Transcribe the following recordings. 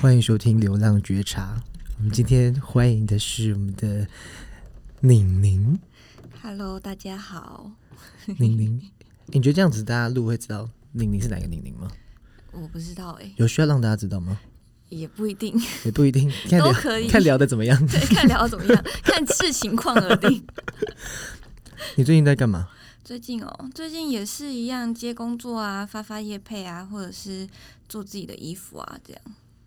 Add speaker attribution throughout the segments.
Speaker 1: 欢迎收听《流浪觉察》。我们今天欢迎的是我们的宁宁，
Speaker 2: Hello，大家好，
Speaker 1: 宁宁。你觉得这样子大家录会知道宁宁是哪个宁宁吗？
Speaker 2: 我不知道哎、
Speaker 1: 有需要让大家知道吗？
Speaker 2: 也不一 定，
Speaker 1: 也不一定，看
Speaker 2: 都
Speaker 1: 聊
Speaker 2: 可以
Speaker 1: 看聊的怎么 样。
Speaker 2: 对，看聊得怎么样，看视情况而定。
Speaker 1: 你最近在干嘛？
Speaker 2: 最近哦，最近也是一样接工作啊，发发业配啊，或者是做自己的衣服啊，这样，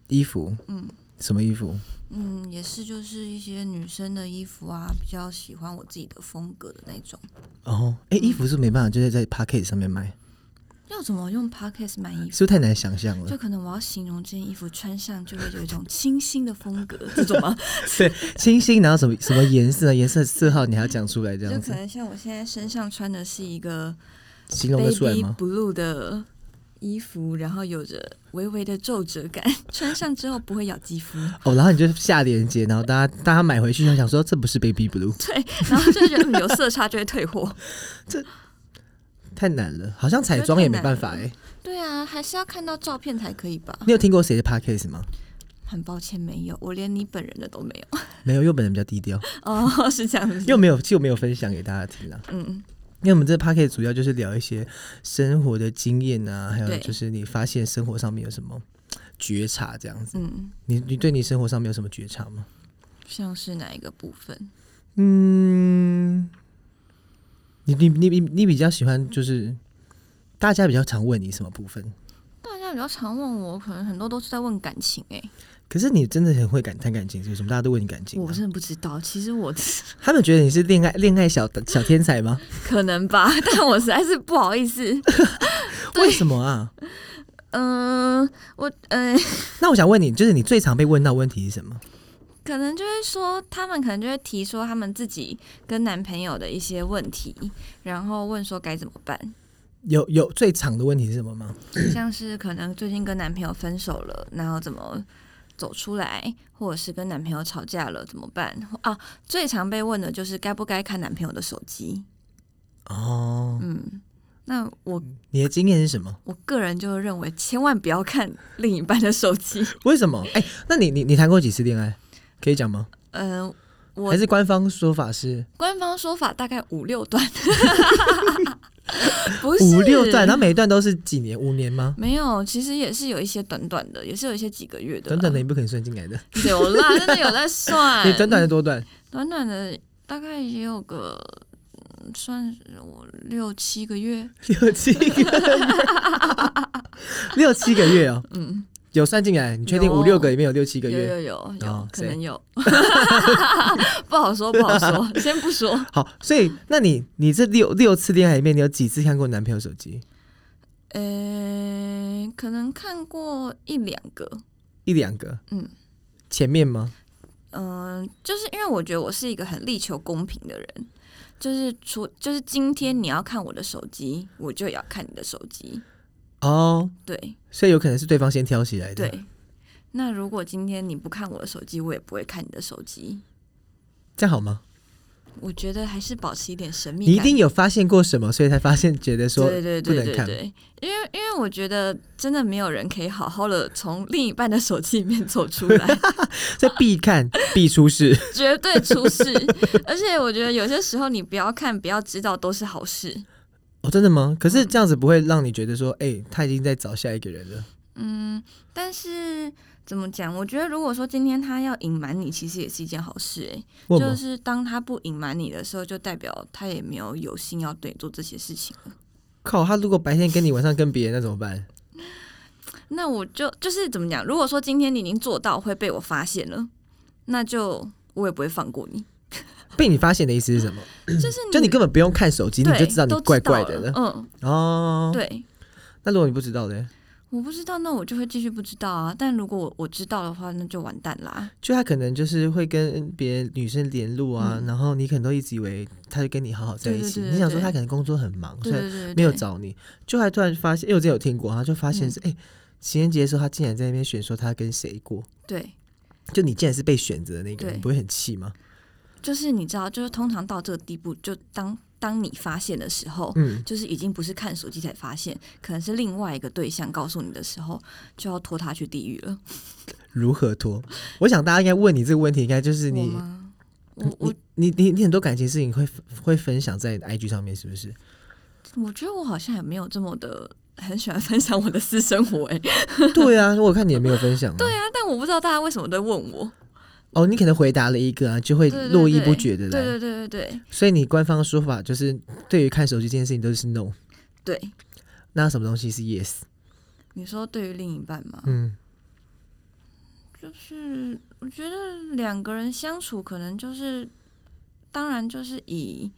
Speaker 1: 衣服？
Speaker 2: 嗯
Speaker 1: 什么衣服？
Speaker 2: 嗯，也是就是一些女生的衣服啊，比较喜欢我自己的风格的那种。
Speaker 1: 哦，哎，衣服是不是没办法，就是在 Pocket 上面卖，
Speaker 2: 要怎么用 Podcast 买衣服？
Speaker 1: 是不是太难想象
Speaker 2: 就
Speaker 1: 了？
Speaker 2: 可能我要形容这件衣服穿上就会有一种清新的风格，这种吗？
Speaker 1: 对，清新，然后什么什么颜色啊，颜色色号你还要讲出来，这
Speaker 2: 就
Speaker 1: 样
Speaker 2: 可
Speaker 1: 子
Speaker 2: 能像我现在身上穿的是一个
Speaker 1: 形容得出来
Speaker 2: baby
Speaker 1: 吗？
Speaker 2: blue 的衣服，然后有着微微的皱褶感，穿上之后不会咬肌肤，
Speaker 1: 哦，然后你就下链接，然后大家大家买回去，就想说这不是 Baby Blue，
Speaker 2: 对，然后就觉得嗯有色差就会退货。
Speaker 1: 太难了，好像彩妆也没办法哎、
Speaker 2: 对啊，还是要看到照片才可以吧？
Speaker 1: 你有听过谁的 Podcast 吗？
Speaker 2: 很抱歉，没有，我连你本人的都没 有。
Speaker 1: 没有，因为我本人比较低 调，
Speaker 2: 哦，是这样子，
Speaker 1: 又没有，就没有分享给大家听啊。
Speaker 2: 嗯，
Speaker 1: 因为我们这 p a c k e t 主要就是聊一些生活的经验啊，还有
Speaker 2: 对
Speaker 1: 就是你发现生活上面有什么觉察这样子。
Speaker 2: 嗯，
Speaker 1: 你你对你生活上面有什么觉察吗？
Speaker 2: 像是哪一个部分？
Speaker 1: 嗯，你你你你你比较喜欢就是大家比较常问你什么部分？
Speaker 2: 大家比较常问我，可能很多都是在问感情哎、
Speaker 1: 可是你真的很会感谈感情，是为什么大家都问你感情、
Speaker 2: 我
Speaker 1: 啊？
Speaker 2: 真的不知道。其实我
Speaker 1: 他们觉得你是恋爱恋爱小小天才吗？
Speaker 2: 可能吧，但我实在是不好意思。 对
Speaker 1: 为什么啊？
Speaker 2: 嗯、我嗯、
Speaker 1: 那我想问你，就是你最常被问到的问题是什么？
Speaker 2: 可能就会说，他们可能就会提说他们自己跟男朋友的一些问题，然后问说该怎么办，
Speaker 1: 有有最常的问题是什么吗？
Speaker 2: 像是可能最近跟男朋友分手了，然后怎么走出来，或者是跟男朋友吵架了怎么办啊？最常被问的就是该不该看男朋友的手机。
Speaker 1: 哦，
Speaker 2: 嗯，那我
Speaker 1: 你的经验是什么？
Speaker 2: 我个人就认为，千万不要看另一半的手机。
Speaker 1: 为什么？哎、那你你你谈过几次恋爱？可以讲吗？
Speaker 2: 嗯、我
Speaker 1: 还是官方说法是
Speaker 2: 官方说法大概五六段，不是
Speaker 1: 五六段，然后每一段都是几年？五年吗？
Speaker 2: 没有，其实也是有一些短短的，也是有一些几个月的啦，
Speaker 1: 短短的你不可能算进来的，
Speaker 2: 有 啦，真的有在算。
Speaker 1: 你短短的多短？
Speaker 2: 短短的大概也有个，嗯算是我六七个月，
Speaker 1: 六七个月，六七个月哦，
Speaker 2: 嗯，
Speaker 1: 有算进来？你确定
Speaker 2: 有
Speaker 1: 五六个里面有六七个
Speaker 2: 有
Speaker 1: 月？
Speaker 2: 有有有，
Speaker 1: 哦
Speaker 2: 可
Speaker 1: 谁
Speaker 2: 能有， 不好说，不 好说，先不说。
Speaker 1: 好，所以那你你这六六次恋爱里面，你有几次看过男朋友手机？
Speaker 2: 呃、可能看过一两个，
Speaker 1: 一两个？
Speaker 2: 嗯，
Speaker 1: 前面吗？
Speaker 2: 嗯，就是因为我觉得我是一个很力求公平的人，就是除就是今天你要看我的手机，我就也要看你的手机，
Speaker 1: 哦，
Speaker 2: 对
Speaker 1: 所以有可能是对方先挑起来的。，
Speaker 2: 对。那如果今天你不看我的手机，我也不会看你的手机。
Speaker 1: 这样好吗？
Speaker 2: 我觉得还是保持一点神秘
Speaker 1: 你
Speaker 2: 感。
Speaker 1: 一定有发现过什么，所以才发现觉得说
Speaker 2: 对对
Speaker 1: 不
Speaker 2: 对
Speaker 1: 能
Speaker 2: 对
Speaker 1: 看。
Speaker 2: 对，因为因为我觉得真的没有人可以好好的从另一半的手机里面走出来，
Speaker 1: 这必看必出事。
Speaker 2: 绝对出事。而且我觉得有些时候你不要看，不要知道都是好事。
Speaker 1: 哦，真的吗？可是这样子不会让你觉得说，哎、他已经在找下一个人了。
Speaker 2: 嗯，但是怎么讲？我觉得如果说今天他要隐瞒你，其实也是一件好事、欸。
Speaker 1: 为什
Speaker 2: 就
Speaker 1: 么？
Speaker 2: 是当他不隐瞒你的时候，就代表他也没有有心要对你做这些事情。
Speaker 1: 靠，他如果白天跟你，晚上跟别人，那怎么办？
Speaker 2: 那我就就是怎么讲？如果说今天你已经做到会被我发现了，那就我也不会放过 你。
Speaker 1: 被你发现的意思是什么？
Speaker 2: 就是你
Speaker 1: 就你根本不用看手机，你
Speaker 2: 嗯对
Speaker 1: 就知道你
Speaker 2: 都
Speaker 1: 怪怪的
Speaker 2: 了。
Speaker 1: 了。
Speaker 2: 嗯，
Speaker 1: 哦，。
Speaker 2: 对，
Speaker 1: 那如果你不知道嘞，
Speaker 2: 我不知道，那我就会继续不知道啊。但如果我我知道的话，那就完蛋啦。
Speaker 1: 就他可能就是会跟别人女生联络啊，
Speaker 2: 嗯
Speaker 1: 然后你可能都一直以为他就跟你好好在一起，
Speaker 2: 对对对
Speaker 1: 你想说
Speaker 2: 对
Speaker 1: 他可能工作很忙，哦
Speaker 2: 对
Speaker 1: 所以
Speaker 2: 对对对，
Speaker 1: 没有
Speaker 2: 对
Speaker 1: 找你，就还突然发现，因为我之前有听过，然后就发现
Speaker 2: 嗯
Speaker 1: 是哎、情人节的时候他竟然在那边选说他跟谁过，
Speaker 2: 对。
Speaker 1: 就你竟然是被选择的那个人，
Speaker 2: 对
Speaker 1: 你不会很气吗？
Speaker 2: 就是你知道，就是通常到这个地步，就当当你发现的时候，
Speaker 1: 嗯，
Speaker 2: 就是已经不是看手机才发现，可能是另外一个对象告诉你的时候，就要拖他去地狱了。
Speaker 1: 如何脱？我想大家应该问你这个问题，应该就是
Speaker 2: 我
Speaker 1: 你
Speaker 2: 吗？我我
Speaker 1: 你你你很多感情事情会会分享在 IG 上面，是不 是？
Speaker 2: 我觉得我好像也没有这么的很喜欢分享我的私生活哎、
Speaker 1: 对啊，我看你也没有分享、啊。
Speaker 2: 对啊， 但我不知道大家为什么都问我。
Speaker 1: 哦，你可能回答了一个啊，就会
Speaker 2: 对对
Speaker 1: 络绎不绝的来。
Speaker 2: 对对对对对
Speaker 1: 所以你官方的说法就是，对于看手机这件事情都是 no，
Speaker 2: 对，
Speaker 1: 那什么东西是 yes？
Speaker 2: 你说对于另一半吗？
Speaker 1: 嗯，
Speaker 2: 就是我觉得两个人相处，可能就是，当然就是以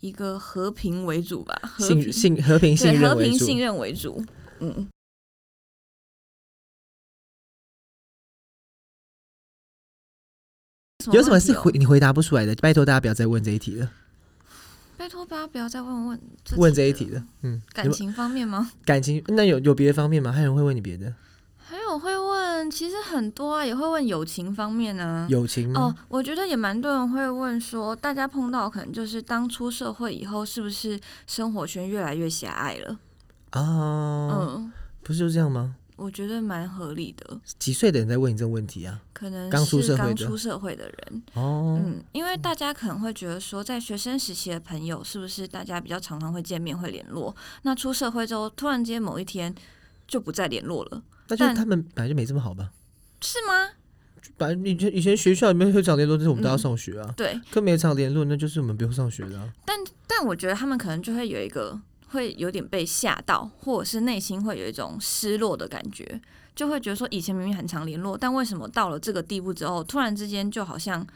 Speaker 2: 一个和平为主吧，和平
Speaker 1: 信信和平信
Speaker 2: 对哦和
Speaker 1: 任为
Speaker 2: 平
Speaker 1: 主。
Speaker 2: 信任为主。嗯，
Speaker 1: 有什么是
Speaker 2: 问题哦
Speaker 1: 回你回答不出来的？拜托大家不要再问这一题了，
Speaker 2: 拜托大家不要再问问
Speaker 1: 问这一题
Speaker 2: 己
Speaker 1: 了。嗯，
Speaker 2: 感情方面吗？
Speaker 1: 有感情那有有别的方面吗？还有人会问你别的
Speaker 2: 还有会问，其实很多啊，也会问友情方面啊。
Speaker 1: 友情吗？
Speaker 2: 哦，我觉得也蛮多人会问说，大家碰到可能就是当出社会以后，是不是生活圈越来越狭隘了？
Speaker 1: 哦，
Speaker 2: 嗯，
Speaker 1: 不是就这样吗？
Speaker 2: 我觉得蛮合理的，
Speaker 1: 几岁的人在问你这个问题啊？
Speaker 2: 可能
Speaker 1: 刚出
Speaker 2: 是
Speaker 1: 社会
Speaker 2: 刚
Speaker 1: 的
Speaker 2: 出社会的人，
Speaker 1: 哦，
Speaker 2: 嗯，因为大家可能会觉得说，在学生时期的朋友是不是大家比较常常会见面会联络？那出社会之后，突然间某一天就不再联络了，
Speaker 1: 那就是
Speaker 2: 但
Speaker 1: 他们本来就没这么好吧？
Speaker 2: 是吗？
Speaker 1: 反正以前以前学校里面会常联络，但是我们都要
Speaker 2: 嗯
Speaker 1: 上学啊。
Speaker 2: 对，
Speaker 1: 跟没有常联络，那就是我们不用上学的、啊。
Speaker 2: 但我觉得他们可能就会有一个会有点被吓到，或者是内心会有一种失落的感觉，就会觉得说以前明明很常联络，但为什么到了这个地步之后，突然之间就好像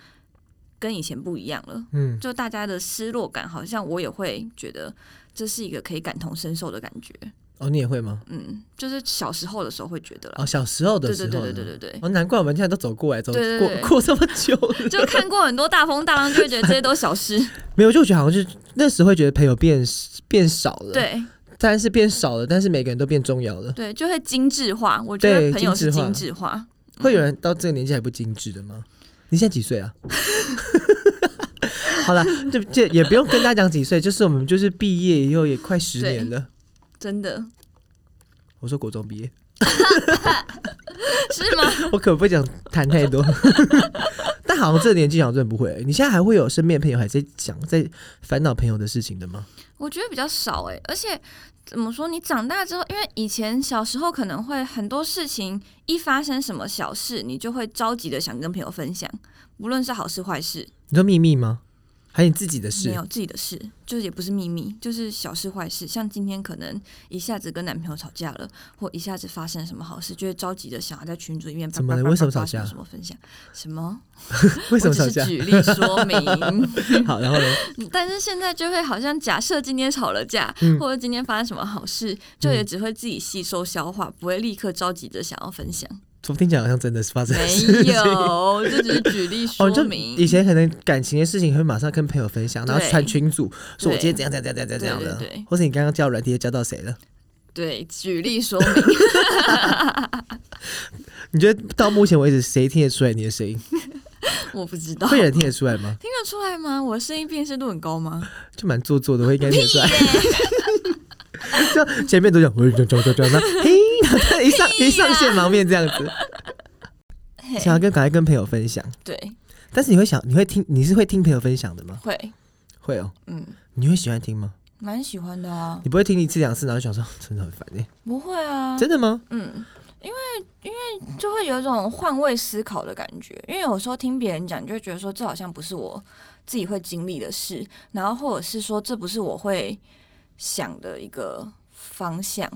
Speaker 2: 跟以前不一样了？
Speaker 1: 嗯，
Speaker 2: 就大家的失落感，好像我也会觉得这是一个可以感同身受的感觉。
Speaker 1: 哦，你也会吗？
Speaker 2: 嗯，就是小时候的时候会觉得啦，
Speaker 1: 哦，小时候的
Speaker 2: 啊对
Speaker 1: 时
Speaker 2: 对
Speaker 1: 候
Speaker 2: 对
Speaker 1: 呢
Speaker 2: 对对对对。
Speaker 1: 哦，难怪我们现在都走过来，走
Speaker 2: 对对对
Speaker 1: 过过这么久了，
Speaker 2: 就看过很多大风大浪，就会觉得这些都是小事。
Speaker 1: 没有，就我觉得好像是那时候会觉得朋友变变少了，，
Speaker 2: 对
Speaker 1: 但是变少了，但是每个人都变重要了。
Speaker 2: 对，就会精致化。我觉得
Speaker 1: 对
Speaker 2: 朋友
Speaker 1: 精
Speaker 2: 是
Speaker 1: 致化
Speaker 2: 精致化。
Speaker 1: 会有人到这个年纪还不精致的吗？你现在几岁 啊？好了，这这也不用跟大家讲几岁，就是我们就是毕业以后也快十年了。
Speaker 2: 真的
Speaker 1: 我说国中毕业，
Speaker 2: 是吗？
Speaker 1: 我可不想谈太 多。但好像这个年纪好像真的不会、你现在还会有身边的朋友还在讲在烦恼朋友的事情的吗？
Speaker 2: 我觉得比较少哎、而且怎么说？你长大之后，因为以前小时候可能会很多事情一发生什么小事，你就会着急的想跟朋友分享，无论是好事坏事，
Speaker 1: 你说秘密吗？还有你自己的事
Speaker 2: 没？有自己的事，就是也不是秘密，就是小事坏事。像今天可能一下子跟男朋友吵架了，或一下子发生什么好事，就会着急的想要在群组里面叭
Speaker 1: 怎么
Speaker 2: 叭
Speaker 1: 了
Speaker 2: 叭
Speaker 1: 为什么
Speaker 2: 叭叭
Speaker 1: 吵架
Speaker 2: 什么什么分享什么？
Speaker 1: 为什么吵
Speaker 2: 我只
Speaker 1: 架
Speaker 2: 是？举例说明。
Speaker 1: 好，然后呢？
Speaker 2: 但是现在就会好像假设今天吵了架，
Speaker 1: 嗯
Speaker 2: 或者今天发生什么好事，就也
Speaker 1: 嗯
Speaker 2: 只会自己吸收消化，不会立刻着急着想要 分享。
Speaker 1: 怎么听起来好像真的是发生的
Speaker 2: 没
Speaker 1: 事情？
Speaker 2: 有，这只是举例
Speaker 1: 哦，
Speaker 2: 说
Speaker 1: 就
Speaker 2: 明。
Speaker 1: 以前可能感情的事情会马上跟朋友分享，然后
Speaker 2: 对
Speaker 1: 传群组说我
Speaker 2: 对
Speaker 1: 今天怎样怎样怎样怎样怎样
Speaker 2: 对对
Speaker 1: 的
Speaker 2: 对，
Speaker 1: 或是你刚刚教软体又教到谁了？
Speaker 2: 对，举 例说明。
Speaker 1: 你觉得到目前为止谁听得出来你的声音？
Speaker 2: 我不知道
Speaker 1: 会有人
Speaker 2: 听
Speaker 1: 听得出来吗？
Speaker 2: 得出来吗？我的声音辨识度很高吗？
Speaker 1: 就蛮做作的，会应该听得出来。
Speaker 2: 耶
Speaker 1: 就前面都讲，我讲讲讲讲，然后嘿，然后他一上一上线盲面这样子，
Speaker 2: 嘿
Speaker 1: 想要跟赶快跟朋友分享。
Speaker 2: 对，
Speaker 1: 但是你会想，你会听，你是会听朋友分享的吗？
Speaker 2: 会，
Speaker 1: 会哦，
Speaker 2: 嗯，
Speaker 1: 你会喜欢听吗？
Speaker 2: 蛮喜欢的啊。
Speaker 1: 你不会听一次两次，然后就想说真的很烦哎、
Speaker 2: 不会啊，
Speaker 1: 真的吗？
Speaker 2: 嗯，因为因为就会有一种换位思考的感觉，因为有时候听别人讲，你就会觉得说这好像不是我自己会经历的事，然后或者是说这不是我会想的一个方向。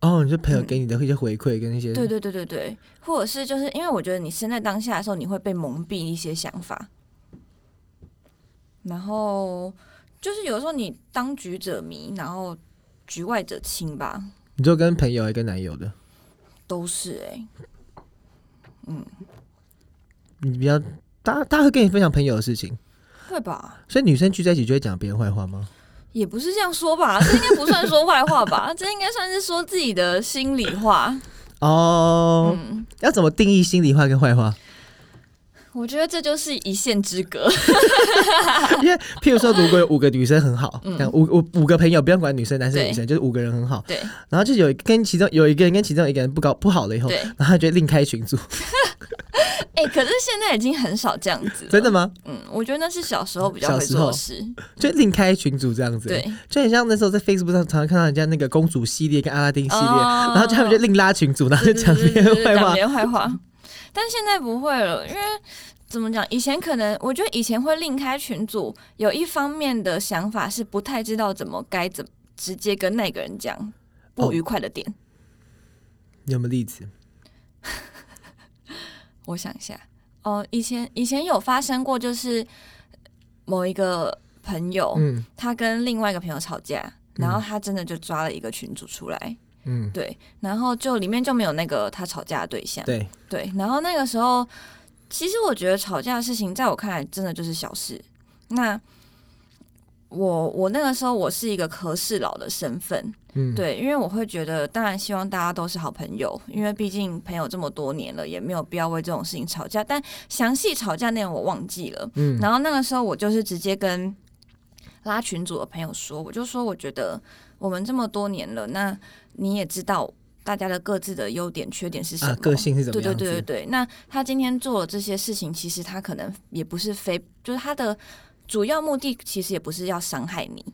Speaker 1: 哦，你说朋友给你的一些回馈跟一些，
Speaker 2: 对对对对对，或者是就是因为我觉得你身在当下的时候，你会被蒙蔽一些想法，然后就是有时候你当局者迷，然后局外者清吧，
Speaker 1: 你就跟朋友还跟男友的，
Speaker 2: 都是哎、
Speaker 1: 你比较大，大家会跟你分享朋友的事情，
Speaker 2: 会吧？
Speaker 1: 所以女生聚在一起就会讲别人坏话吗？
Speaker 2: 也不是这样说吧，这应该不算说坏话吧，这应该算是说自己的心里话。
Speaker 1: 哦，
Speaker 2: 嗯，
Speaker 1: 要怎么定义心里话跟坏话？
Speaker 2: 我觉得这就是一线之隔。
Speaker 1: 因为譬如说，如果有五个女生很好，
Speaker 2: 嗯
Speaker 1: 但五五五个朋友，不用管女生男生
Speaker 2: 对
Speaker 1: 女生，就是五个人很好，
Speaker 2: 对
Speaker 1: 然后就有一跟其中有一个人跟其中一个人不搞不好了以后，
Speaker 2: 对，
Speaker 1: 然后他就另开群 组，
Speaker 2: 哎、可是现在已经很少这样子了。
Speaker 1: 真的吗？
Speaker 2: 嗯，我觉得那是小时候比较
Speaker 1: 小
Speaker 2: 会
Speaker 1: 时
Speaker 2: 做
Speaker 1: 候
Speaker 2: 的事。
Speaker 1: 就另开群组这样子，
Speaker 2: 对，，
Speaker 1: 就很像那时候在 Facebook 上常常看到人家那个公主系列跟阿拉丁系列，
Speaker 2: 哦
Speaker 1: 然后他们就另拉群组，然后就
Speaker 2: 对
Speaker 1: 讲
Speaker 2: 对
Speaker 1: 别
Speaker 2: 对对
Speaker 1: 人
Speaker 2: 对
Speaker 1: 坏
Speaker 2: 讲
Speaker 1: 话
Speaker 2: 别，人坏话。但现在不会了，因为怎么讲？以前可能我觉得以前会另开群组，有一方面的想法是不太知道怎么该怎直接跟那个人讲
Speaker 1: 哦
Speaker 2: 不愉快的点。
Speaker 1: 你有没有例子？
Speaker 2: 我想一下，哦，以前以前有发生过，就是某一个朋友、
Speaker 1: 嗯
Speaker 2: 他跟另外一个朋友吵架，然后他真的就抓了一个群主出来，
Speaker 1: 嗯，
Speaker 2: 对，然后就里面就没有那个他吵架的对象，
Speaker 1: 对，
Speaker 2: 对，然后那个时候，其实我觉得吵架的事情，在我看来真的就是小事。那我我那个时候我是一个和事佬的身份，
Speaker 1: 嗯，
Speaker 2: 对，因为我会觉得，当然希望大家都是好朋友，因为毕竟朋友这么多年了，也没有必要为这种事情吵架。但详细吵架内容我忘记了，
Speaker 1: 嗯，
Speaker 2: 然后那个时候我就是直接跟拉群组的朋友说，我就说我觉得我们这么多年了，那你也知道大家的各自的优点缺点是什么，
Speaker 1: 啊，个性是怎么
Speaker 2: 对
Speaker 1: 样
Speaker 2: 对
Speaker 1: 子？
Speaker 2: 对对对，那他今天做了这些事情，其实他可能也不是非，就是他的主要目的其实也不是要伤害你，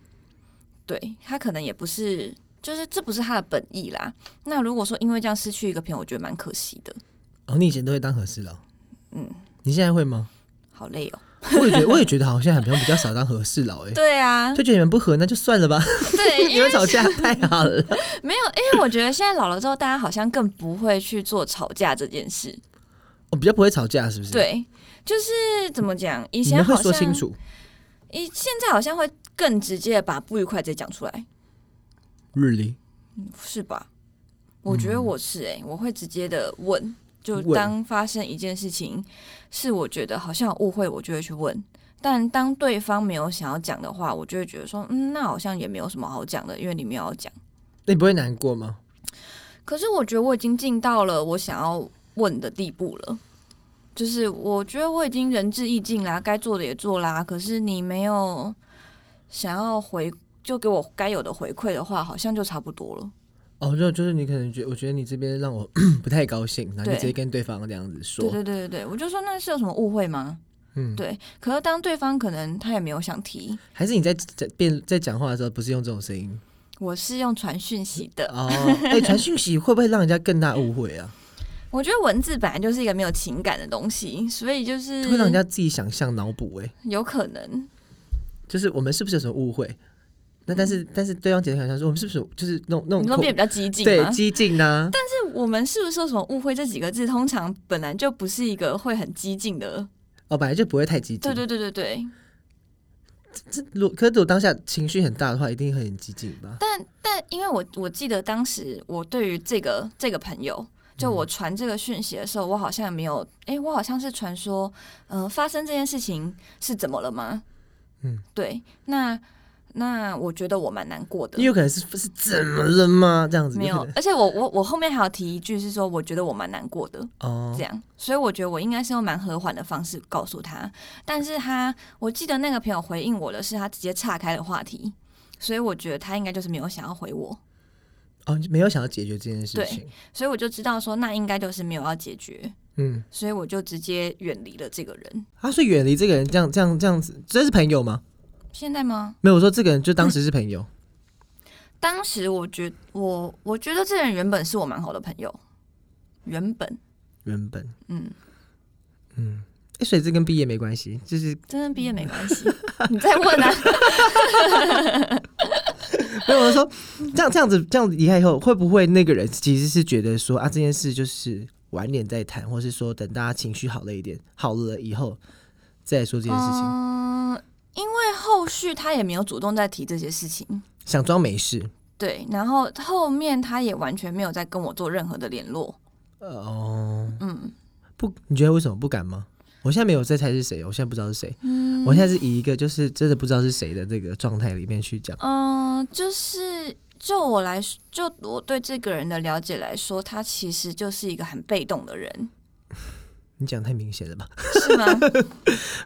Speaker 2: 对他可能也不是，就是这不是他的本意啦。那如果说因为这样失去一个朋友，我觉得蛮可惜的，
Speaker 1: 哦，你以前都会当和事佬，
Speaker 2: 嗯，
Speaker 1: 你现在会吗？
Speaker 2: 好累哦。
Speaker 1: 我也 觉得，我也觉得好像好像比较少当和事佬哎、
Speaker 2: 对 啊，
Speaker 1: 就觉得你们不合，那就算了吧。
Speaker 2: 对，
Speaker 1: 你
Speaker 2: 因为
Speaker 1: 们吵架太好了，
Speaker 2: 没有，因为我觉得现在老了之后，大家好像更不会去做吵架这件事。
Speaker 1: 我哦比较不会吵架，是不是？，
Speaker 2: 对，就是怎么讲，以
Speaker 1: 以
Speaker 2: 前好
Speaker 1: 会
Speaker 2: 像
Speaker 1: 说清楚。
Speaker 2: 以现在好像会更直接的把不愉快直接讲出来。
Speaker 1: Really，
Speaker 2: 是吧？我觉得我是哎、我会直接的问，就
Speaker 1: 问
Speaker 2: 当发生一件事情是我觉得好像有误会，我就会去问。但当对方没有想要讲的话，我就会觉得说，嗯，那好像也没有什么好讲的，因为你没有要讲。
Speaker 1: 那你不会难过吗？
Speaker 2: 可是我觉得我已经进到了我想要问的地步了，就是我觉得我已经仁至义尽啦，该做的也做啦。可是你没有想要回，就给我该有的回馈的话，好像就差不多了。
Speaker 1: 哦，就就是你可能觉我觉得你这边让我 不太高兴，然后就
Speaker 2: 对
Speaker 1: 直接跟对方这样子说。
Speaker 2: 对对对对对，我就说那是有什么误会吗？
Speaker 1: 嗯，
Speaker 2: 对，可是当对方可能他也没有想提，
Speaker 1: 还是你在在变在讲话的时候不是用这种声音
Speaker 2: 我是用传讯息的。
Speaker 1: 哦？哎、传讯息会不会让人家更大误会啊？
Speaker 2: 我觉得文字本来就是一个没有情感的东西，所以就是
Speaker 1: 会让人家自己想象脑补哎，
Speaker 2: 有可能
Speaker 1: 就是我们是不是有什么误会？那但是、但是对方解释好像说我们是不是有就是那种那
Speaker 2: 嗯
Speaker 1: 种
Speaker 2: 你说
Speaker 1: 口
Speaker 2: 变得比较激进
Speaker 1: 对
Speaker 2: 吗？
Speaker 1: 激进啊呐、
Speaker 2: 但是我们是不是有什么误会？这几个字通常本来就不是一个会很激进的。
Speaker 1: 哦本来就不会太激进，
Speaker 2: 对对对对对，
Speaker 1: 这如可是如果当下情绪很大的话，一定会很激进吧？
Speaker 2: 但但因为我我记得当时我对于这个这个朋友，就
Speaker 1: 嗯
Speaker 2: 我传这个讯息的时候，我好像没有，诶，我好像是传说，呃，发生这件事情是怎么了吗？
Speaker 1: 嗯，
Speaker 2: 对，那那我觉得我蛮难过的
Speaker 1: 你，有可能是是怎么了吗？这样子
Speaker 2: 没有
Speaker 1: 可，能
Speaker 2: 而且我我我后面还要提一句是说，我觉得我蛮难过的，
Speaker 1: 哦
Speaker 2: 这，样，所以我觉得我应该是用蛮和缓的方式告诉他，但是他我记得那个朋友回应我的是他直接岔开了话题，所以我觉得他应该就是没有想要回我。
Speaker 1: 哦，你没有想要解决这件事情，
Speaker 2: 所以我就知道说，那应该就是没有要解决，
Speaker 1: 嗯，
Speaker 2: 所以我就直接远离了这个人。
Speaker 1: 他是远离这个人，这样这样这样子，这是朋友吗？
Speaker 2: 现在吗？
Speaker 1: 没有，我说这个人就当时是朋友，
Speaker 2: 当时我觉我我觉得这人原本是我蛮好的朋友，原本
Speaker 1: 原本，
Speaker 2: 嗯，
Speaker 1: 嗯，哎，所以这跟毕业没关系，就是
Speaker 2: 真的毕业没关系，
Speaker 1: 嗯
Speaker 2: 你再问啊？
Speaker 1: 没有我说这样这样子这样子离开以后，会不会那个人其实是觉得说啊这件事就是晚点再谈，或是说等大家情绪好了一点，好了以后再来说 这件事情，
Speaker 2: 嗯，因为后续他也没有主动再提这些事情，
Speaker 1: 想装没事，
Speaker 2: 对，然后后面他也完全没有再跟我做任何的联络，
Speaker 1: 呃哦，
Speaker 2: 嗯
Speaker 1: 不，你觉得为什么不敢吗？我现在没有在猜是谁，我现在不知道是谁，
Speaker 2: 嗯
Speaker 1: 我现在是以一个就是真的不知道是谁的这个状态里面去讲。
Speaker 2: 嗯，就是就我来说，就我对这个人的了解来说，他其实就是一个很被动的人。
Speaker 1: 你讲太明显了吧？
Speaker 3: 是吗？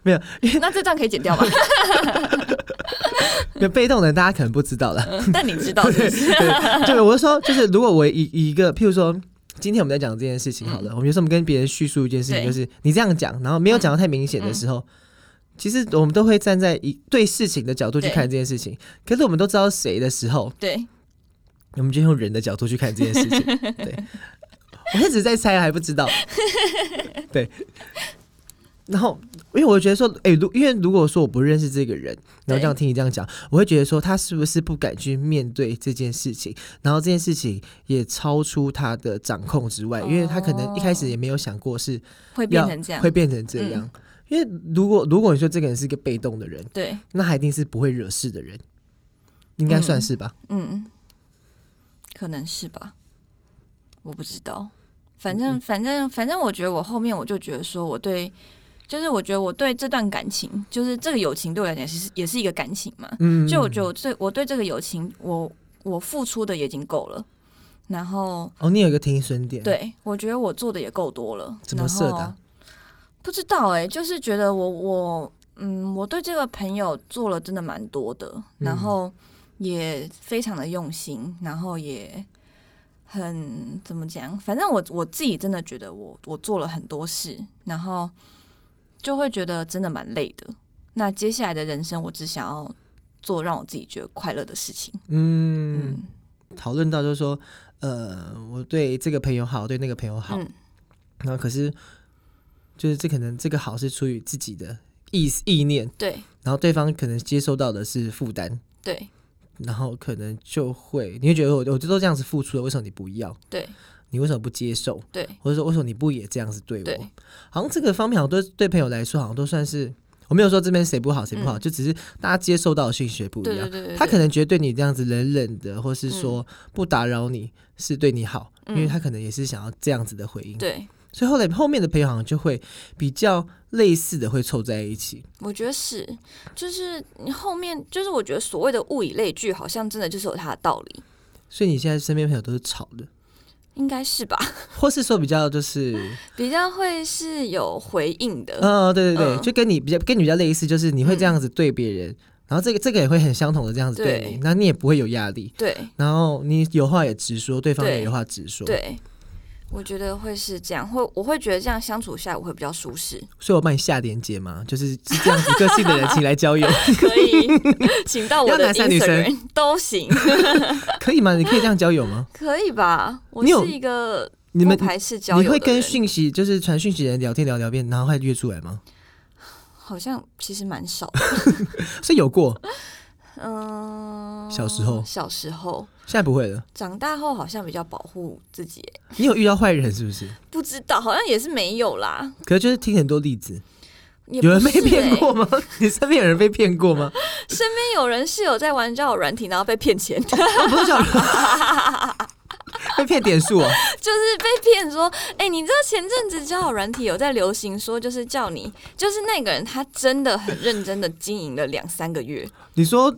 Speaker 1: 没有，
Speaker 2: 那这段可以剪掉 吧？
Speaker 1: 就被动的大家可能不知道了。
Speaker 2: 但你知道是不是？
Speaker 1: 对，对，我是说，就是如果我以以一个，譬如说，今天我们在讲这件事情好了，我们就是我们跟别人叙述一件事情，
Speaker 2: 嗯对嗯
Speaker 1: 就是你这样讲，然后没有讲的太明显的时候，其实我们都会站在一对事情的角度去
Speaker 2: 对
Speaker 1: 看这件事情。可是我们都知道谁的时候，
Speaker 2: 对，
Speaker 1: 我们就用人的角度去看这件事情。对，我一直在猜，还不知 道。对。然后，因为我觉得说，哎、如因为如果说我不认识这个人，然后这样听你这样讲，我会觉得说他是不是不敢去面对这件事情，然后这件事情也超出他的掌控之外，因为他可能一开始也没有想过是
Speaker 2: 会变
Speaker 1: 要
Speaker 2: 成这样嗯
Speaker 1: 会。变成这样。因为如果如果你说这个人是一个被动的人，
Speaker 2: 对，
Speaker 1: 那他一定是不会惹事的人，应该算是吧？
Speaker 2: 嗯，可能是吧，我不知道。反
Speaker 1: 嗯
Speaker 2: 正反正反正，我觉得我后面我就觉得说，我对，就是我觉得我对这段感情，就是这个友情对我来讲，其实也是一个感情嘛。
Speaker 1: 嗯，
Speaker 2: 就我觉得我对我对这个友情，我我付出的也已经够了，然后
Speaker 1: 哦，你有一个停损点，
Speaker 2: 对我觉得我做的也够多了。
Speaker 1: 怎么设的啊
Speaker 2: 然后不知道哎、就是觉得我我嗯，我对这个朋友做了真的蛮多的，然
Speaker 1: 嗯
Speaker 2: 后也非常的用心，然后也很怎么讲，反正我我自己真的觉得我我做了很多事，然后就会觉得真的蛮累的。那接下来的人生，我只想要做让我自己觉得快乐的事情。
Speaker 1: 嗯，
Speaker 2: 嗯
Speaker 1: 讨论到就是说，呃，我对这个朋友好，对那个朋友好，
Speaker 2: 嗯
Speaker 1: 然后可是就是这可能这个好是出于自己的意意念，
Speaker 2: 对
Speaker 1: 然后对方可能接收到的是负担，
Speaker 2: 对
Speaker 1: 然后可能就会你会觉得我我就都这样子付出了，为什么你不要？
Speaker 2: 对
Speaker 1: 你为什么不接受？
Speaker 2: 对
Speaker 1: 或者说为什么你不也这样子对我？
Speaker 2: 对
Speaker 1: 好像这个方面好像对对朋友来说好像都算是。我没有说这边谁不好谁不好，就只是大家接受到的讯息不一
Speaker 2: 嗯对
Speaker 1: 样
Speaker 2: 对。对，
Speaker 1: 他
Speaker 2: 对嗯
Speaker 1: 可能觉得对你这样子冷冷的，或是说不打扰你是对你好，因为他可能也是想要这样子的回应。
Speaker 2: 对，
Speaker 1: 所以后来后面的朋友好像就会比较类似的会凑在一起。
Speaker 2: 我觉得是，就是你后面就是我觉得所谓的物以类聚，好像真的就是有它的道理，
Speaker 1: 所以你现在身边朋友都是吵的，
Speaker 2: 应该是吧？
Speaker 1: 或是说比较就是，
Speaker 2: 比较会是有回应的，
Speaker 1: 呃，对对对，
Speaker 2: 嗯
Speaker 1: 就跟你比较跟你比较类似，就是你会这样子对别人，然后这个这个也会很相同的这样子对
Speaker 2: 对
Speaker 1: 你，那你也不会有压力，
Speaker 2: 对
Speaker 1: 然后你有话也直说，对方也
Speaker 2: 对
Speaker 1: 有话直说。
Speaker 2: 对，我觉得会是这样，会我会觉得这样相处下来我会比较 舒适，
Speaker 1: 所以我帮你下连接嘛，就是是这样子个性的人，请来交友。
Speaker 2: 可以请到我
Speaker 1: 要
Speaker 2: 的
Speaker 1: 男生女生
Speaker 2: Instagram 都 行，
Speaker 1: 可以吗？你可以这样交友吗？
Speaker 2: 可以吧？我
Speaker 1: 你有
Speaker 2: 是一个
Speaker 1: 你们
Speaker 2: 不排斥交友
Speaker 1: 你
Speaker 2: 的
Speaker 1: 会跟
Speaker 2: 人
Speaker 1: 讯息就是传讯息的人聊天聊聊天，然后会约出来吗？
Speaker 2: 好像其实蛮少的，
Speaker 1: 所以有过，
Speaker 2: 嗯，
Speaker 1: 小时候
Speaker 2: 小时候。
Speaker 1: 现在不会了。
Speaker 2: 长大后好像比较保护自己，
Speaker 1: 你有遇到坏人是不是？
Speaker 2: 不知道好像也是没有啦，
Speaker 1: 可是就是听很多例子，
Speaker 2: 也
Speaker 1: 有人
Speaker 2: 不
Speaker 1: 被
Speaker 2: 是
Speaker 1: 骗
Speaker 2: 欸
Speaker 1: 过吗？ 你身边有人被骗过 吗？
Speaker 2: 身边有人是有在玩交友软体，然后被骗钱， 就
Speaker 1: 哦，不是小人，被骗点数哦。
Speaker 2: 是被骗说，哎、你知道前阵子交友软体有在流行说，就是叫你，就是那个人他真的很认真的经营了两三个月，
Speaker 1: 你说，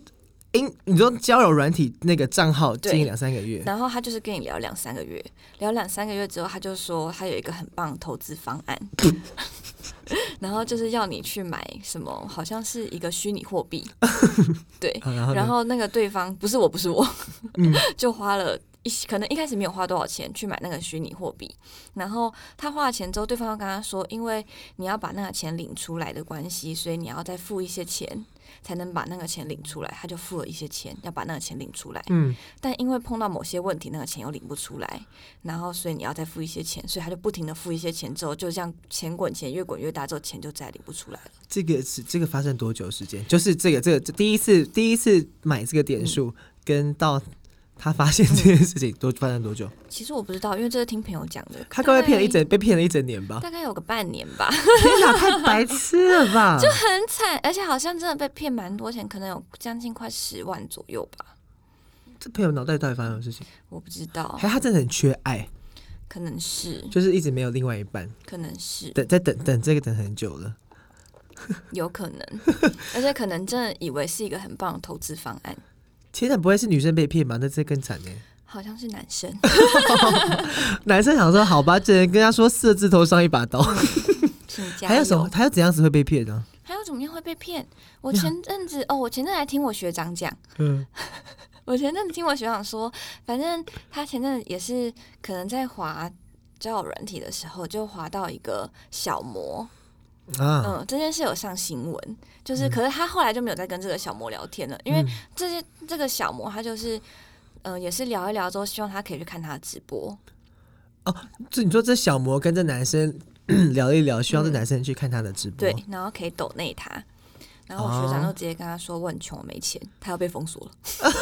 Speaker 1: 因你说交友软体那个账号经营
Speaker 2: 对
Speaker 1: 两三个月，
Speaker 2: 然后他就是跟你聊两三个月，聊两三个月之后，他就说他有一个很棒的投资方案， 然后就是要你去买什么，好像是一个虚拟货 币，对，
Speaker 1: 啊然后呢
Speaker 2: 然后那个对方不是我，不是我，
Speaker 1: 嗯
Speaker 2: 就花了一些可能一开始没有花多少钱去买那个虚拟货币，然后他花了钱之后，对方又跟他说，因为你要把那个钱领出来的关系，所以你要再付一些钱才能把那个钱领出来，他就付了一些钱，要把那个钱领出来，
Speaker 1: 嗯，
Speaker 2: 但因为碰到某些问题，那个钱又领不出来，然后所以你要再付一些钱，所以他就不停的付一些钱，之后就这样钱滚钱越滚越大，之后钱就再也领不出来了。
Speaker 1: 这个是这个发生多久的时间？就是这个这个这第一次第一次买这个点
Speaker 2: 嗯
Speaker 1: 数，跟到他发现这件事情多发生多久？
Speaker 2: 其实我不知道，因为这是听朋友讲的，
Speaker 1: 他该不会骗了一
Speaker 2: 大概
Speaker 1: 整被骗了一整年吧？
Speaker 2: 大概有个半年吧，
Speaker 1: 天哪，太白痴了吧！就
Speaker 2: 很惨，而且好像真的被骗蛮多钱，可能有将近快十万左右吧，
Speaker 1: 这朋友脑袋到底发生什么事情？
Speaker 2: 我不知道
Speaker 1: 还，他真的很缺爱，
Speaker 2: 可能是，
Speaker 1: 就是一直没有另外一半，
Speaker 2: 可能是，
Speaker 1: 等在等等这个等很久了。
Speaker 2: 有可 能，而且可能真的以为是一个很棒的投资方案，
Speaker 1: 天哪，不会是女生被骗吧？那这更惨呢。欸
Speaker 2: 好像是 男生，
Speaker 1: 男生想说，好吧，这人跟他说四字头上一把刀，
Speaker 2: 请加油。
Speaker 1: 还有什么？还有怎样子会被骗呢、
Speaker 2: 还有怎么样会被骗？我前 阵子哦，我前阵子还听我学长讲，
Speaker 1: 嗯，
Speaker 2: 我前阵子听我学长说，反正他前阵子也是可能在滑交友软体的时候，就滑到一个小模，
Speaker 1: 啊，
Speaker 2: 嗯，这件事有上新闻，就是可是他后来就没有再跟这个小模聊天了，因为
Speaker 1: 嗯
Speaker 2: 这些这个小模他就是，嗯、也是聊一聊之后，希望他可以去看他的直播，
Speaker 1: 这、你说这小魔跟这男生 聊一聊，希望这男生去看他的直播，
Speaker 2: 对，然后可以抖内他。然后我学长
Speaker 1: 哦
Speaker 2: 就直接跟他说：“我很穷，我没钱。”他要被封锁了。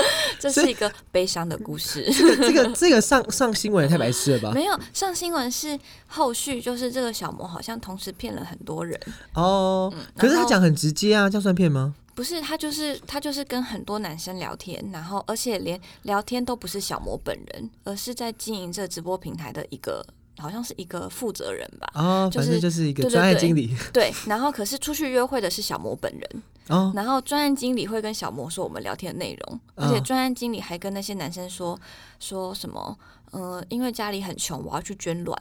Speaker 2: 这
Speaker 1: 所以
Speaker 2: 是一个悲伤的故事。
Speaker 1: 这个这个这个上上新闻也太白痴了吧？
Speaker 2: 没有上新闻是后续，就是这个小魔好像同时骗了很多人。
Speaker 1: 哦，
Speaker 2: 嗯，
Speaker 1: 可是
Speaker 2: 然
Speaker 1: 他
Speaker 2: 后
Speaker 1: 讲很直接啊，这样算骗吗？
Speaker 2: 不是他就是他就是跟很多男生聊天，然后而且连聊天都不是小魔本人，而是在经营这个直播平台的一个好像是一个负责人 吧。
Speaker 1: 哦，
Speaker 2: 就
Speaker 1: 反
Speaker 2: 是
Speaker 1: 正就是一个
Speaker 2: 对对
Speaker 1: 专案
Speaker 2: 对
Speaker 1: 经理
Speaker 2: 对，然后可是出去约会的是小魔本人，
Speaker 1: 哦，
Speaker 2: 然后专案经理会跟小魔说我们聊天的内容，而且
Speaker 1: 嗯
Speaker 2: 专案经理还跟那些男生说说什么，呃，因为家里很穷，我要去捐卵，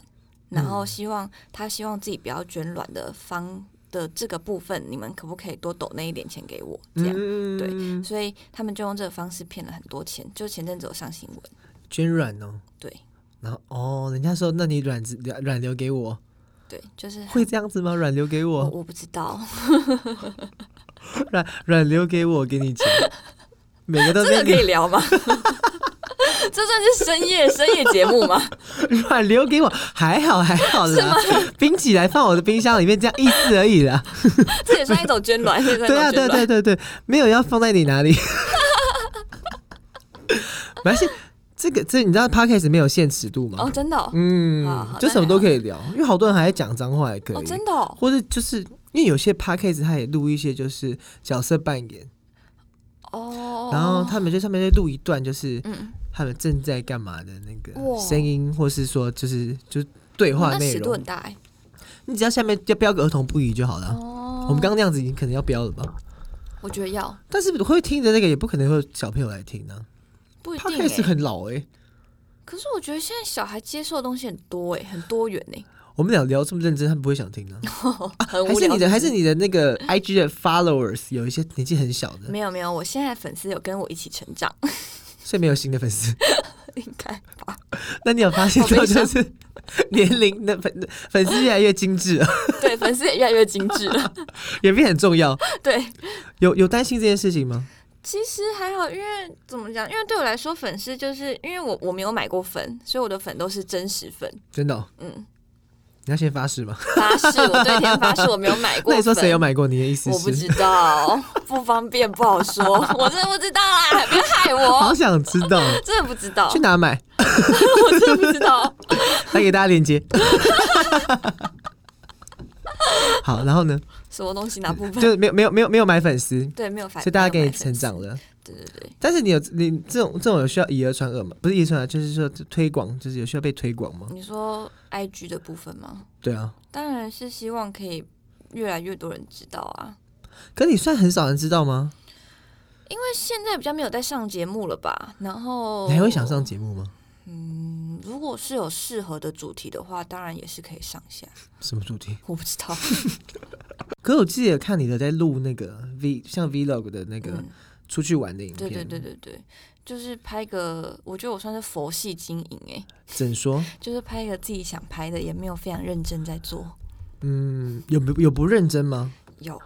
Speaker 2: 然
Speaker 1: 嗯
Speaker 2: 后希望他希望自己不要捐卵的方的这个部分，你们可不可以多抖那一点钱给我？这样，
Speaker 1: 嗯，
Speaker 2: 对，所以他们就用这个方式骗了很多钱，就前阵子有上新闻，
Speaker 1: 捐卵哦，
Speaker 2: 对
Speaker 1: 然后哦，人家说那你卵子 卵卵留给 我，
Speaker 2: 对，就是
Speaker 1: 会这样子吗？卵留给
Speaker 2: 我
Speaker 1: 我，
Speaker 2: 我不知道，
Speaker 1: 卵卵留给我，给你 钱，每个都
Speaker 2: 这个
Speaker 1: 跟
Speaker 2: 可以聊吗？ 这算是深夜深夜节目吗？
Speaker 1: 你 卵留给我，还好还好啦， 冰起来放我的冰箱里面，这样意思而已啦。
Speaker 2: 这也算一种捐卵，这也算一
Speaker 1: 对啊，
Speaker 2: 种
Speaker 1: 对
Speaker 2: 捐
Speaker 1: 对
Speaker 2: 卵。
Speaker 1: 对对，没有要放在你哪里。 没关系，这个这你知道 podcast 没有限尺度吗？
Speaker 2: 哦，真的哦、好
Speaker 1: 嗯，
Speaker 2: 好
Speaker 1: 就
Speaker 2: 那
Speaker 1: 什么
Speaker 2: 还
Speaker 1: 都
Speaker 2: 好
Speaker 1: 可以聊，因为好多人还在讲脏话也可以，
Speaker 2: 哦，真的、哦、
Speaker 1: 或者就是因为有些 podcast 他也录一些就是角色扮演，
Speaker 2: 哦。
Speaker 1: 然后他们就上面就录一段就是
Speaker 2: 嗯，
Speaker 1: 他们正在干嘛的那个
Speaker 2: 哇
Speaker 1: 声音，或是说就是就是对
Speaker 2: 哇
Speaker 1: 话
Speaker 2: 那
Speaker 1: 内
Speaker 2: 尺度
Speaker 1: 容
Speaker 2: 很，大哎、
Speaker 1: 你只要下面要标个儿童不宜就好了。
Speaker 2: 哦
Speaker 1: 嗯我们刚刚那样子已经可能要标了吧？
Speaker 2: 我觉得要
Speaker 1: 但是会听的那个也不可能会有小朋友来听呢、
Speaker 2: 不一
Speaker 1: p o
Speaker 2: 定、
Speaker 1: d c a s
Speaker 2: 欸
Speaker 1: t 很老哎、
Speaker 2: 可是我觉得现在小孩接受的东西很多哎、很多元哎、
Speaker 1: 我们俩聊这么认真，他们不会想 听呢、啊还
Speaker 2: 很无
Speaker 1: 是
Speaker 2: 聊
Speaker 1: 你的，还
Speaker 2: 是
Speaker 1: 是你的那个 IG 的 followers 有一些年纪很小
Speaker 2: 不
Speaker 1: 的
Speaker 2: 是，没有没有，我现在粉丝有跟我一起成长，
Speaker 1: 所以没有新的粉丝。
Speaker 2: 应该吧？
Speaker 1: 那你有发现
Speaker 2: 好悲
Speaker 1: 到就
Speaker 2: 伤
Speaker 1: 是年龄的粉粉丝越来越精致了，
Speaker 2: 对，粉丝也越来越精致了。
Speaker 1: 也变很重要。
Speaker 2: 对，
Speaker 1: 有有担心这件事情吗？
Speaker 2: 其实还好，因为怎么讲？因为对我来说，粉丝就是因为我我没有买过粉，所以我的粉都是真实粉。
Speaker 1: 真的哦、
Speaker 2: 嗯，
Speaker 1: 你要先发誓吗？
Speaker 2: 发誓，我对天发誓我没有买过
Speaker 1: 那
Speaker 2: 粉。
Speaker 1: 你说谁有买过？你的意思
Speaker 2: 我不知
Speaker 1: 是？
Speaker 2: 道，不方便，不好说。我真的不知道啦，别害
Speaker 1: 好
Speaker 2: 我，
Speaker 1: 想知道，
Speaker 2: 真的不知道
Speaker 1: 去，哪买？
Speaker 2: 我真的不知道。
Speaker 1: 来给大家链接。 好，然后呢？
Speaker 2: 什么东西哪部分？
Speaker 1: 就是没有没有没有没有买粉丝，
Speaker 2: 对，没有反，
Speaker 1: 所以大家给
Speaker 2: 没
Speaker 1: 你
Speaker 2: 有买
Speaker 1: 成
Speaker 2: 粉丝。
Speaker 1: 长了。
Speaker 2: 对对对，
Speaker 1: 但是你有你这种这种有需要以讹传讹吗？不是以讹传讹，就是说推广，就是有需要被推广吗？
Speaker 2: 你说 I G 的部分吗？
Speaker 1: 对啊，
Speaker 2: 当然是希望可以越来越多人知道啊，
Speaker 1: 可你算很少人知道吗？
Speaker 2: 因为现在比较没有在上节目了吧？然后
Speaker 1: 你还会
Speaker 2: 哦
Speaker 1: 想上？节目吗？
Speaker 2: 嗯，如果是有适合的主题的话，当然也是可以上下。
Speaker 1: 什么主题？
Speaker 2: 我不知道，
Speaker 1: 可我记得有看你的在录那个 V 像 Vlog 的那个
Speaker 2: 嗯，
Speaker 1: 出去玩的影
Speaker 2: 对
Speaker 1: 片，
Speaker 2: 对对对对，就是拍个，我觉得我算是佛系经营哎、
Speaker 1: 怎说？
Speaker 2: 就是拍一个自己想拍的，也没有非常认真在做。
Speaker 1: 嗯，有不有不认真 吗？
Speaker 2: 有，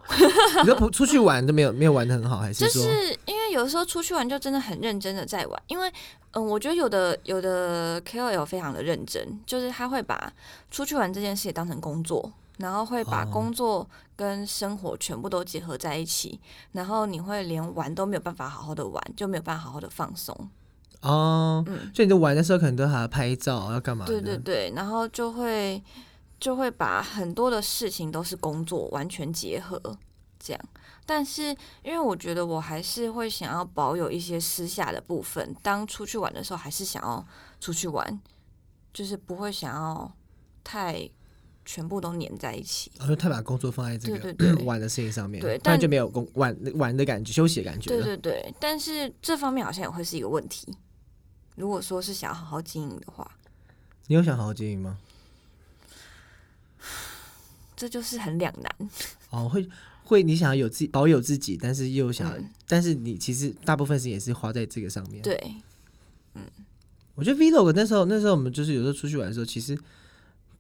Speaker 1: 你都不出去玩都没有没有玩的很好，还是
Speaker 2: 就
Speaker 1: 说
Speaker 2: 是因为有的时候出去玩就真的很认真的在玩，因为嗯，我觉得有的有的 KOL 非常的认真，就是他会把出去玩这件事也当成工作，然后会把
Speaker 1: 哦
Speaker 2: 工作跟生活全部都结合在一起，然后你会连玩都没有办法好好的玩，就没有办法好好的放松。
Speaker 1: 哦？
Speaker 2: 嗯，
Speaker 1: 就你在玩的时候，可能都还要拍照，要干嘛的？
Speaker 2: 对对啊对，然后就会就会把很多的事情都是工作完全结合这样。但是因为我觉得我还是会想要保有一些私下的部分，当出去玩的时候还是想要出去玩，就是不会想要太全部都粘在一起。
Speaker 1: 然后他把工作放在这
Speaker 2: 对
Speaker 1: 个
Speaker 2: 对对
Speaker 1: 玩的事情上面，
Speaker 2: 对
Speaker 1: 不然
Speaker 2: 但
Speaker 1: 就没有工玩玩的感觉、休息的感觉
Speaker 2: 对
Speaker 1: 了。
Speaker 2: 对对，但是这方面好像也会是一个问题。如果说是想要好好经营的话，
Speaker 1: 你有想好好经营吗？
Speaker 2: 这就是很两难。
Speaker 1: 哦，会会，你想要有自己保有自己，但是又想要，
Speaker 2: 嗯
Speaker 1: 但是你其实大部分时间也是花在这个上面。，
Speaker 2: 对，
Speaker 1: 我觉得 vlog 那时候那时候我们就是有时候出去玩的时候，其实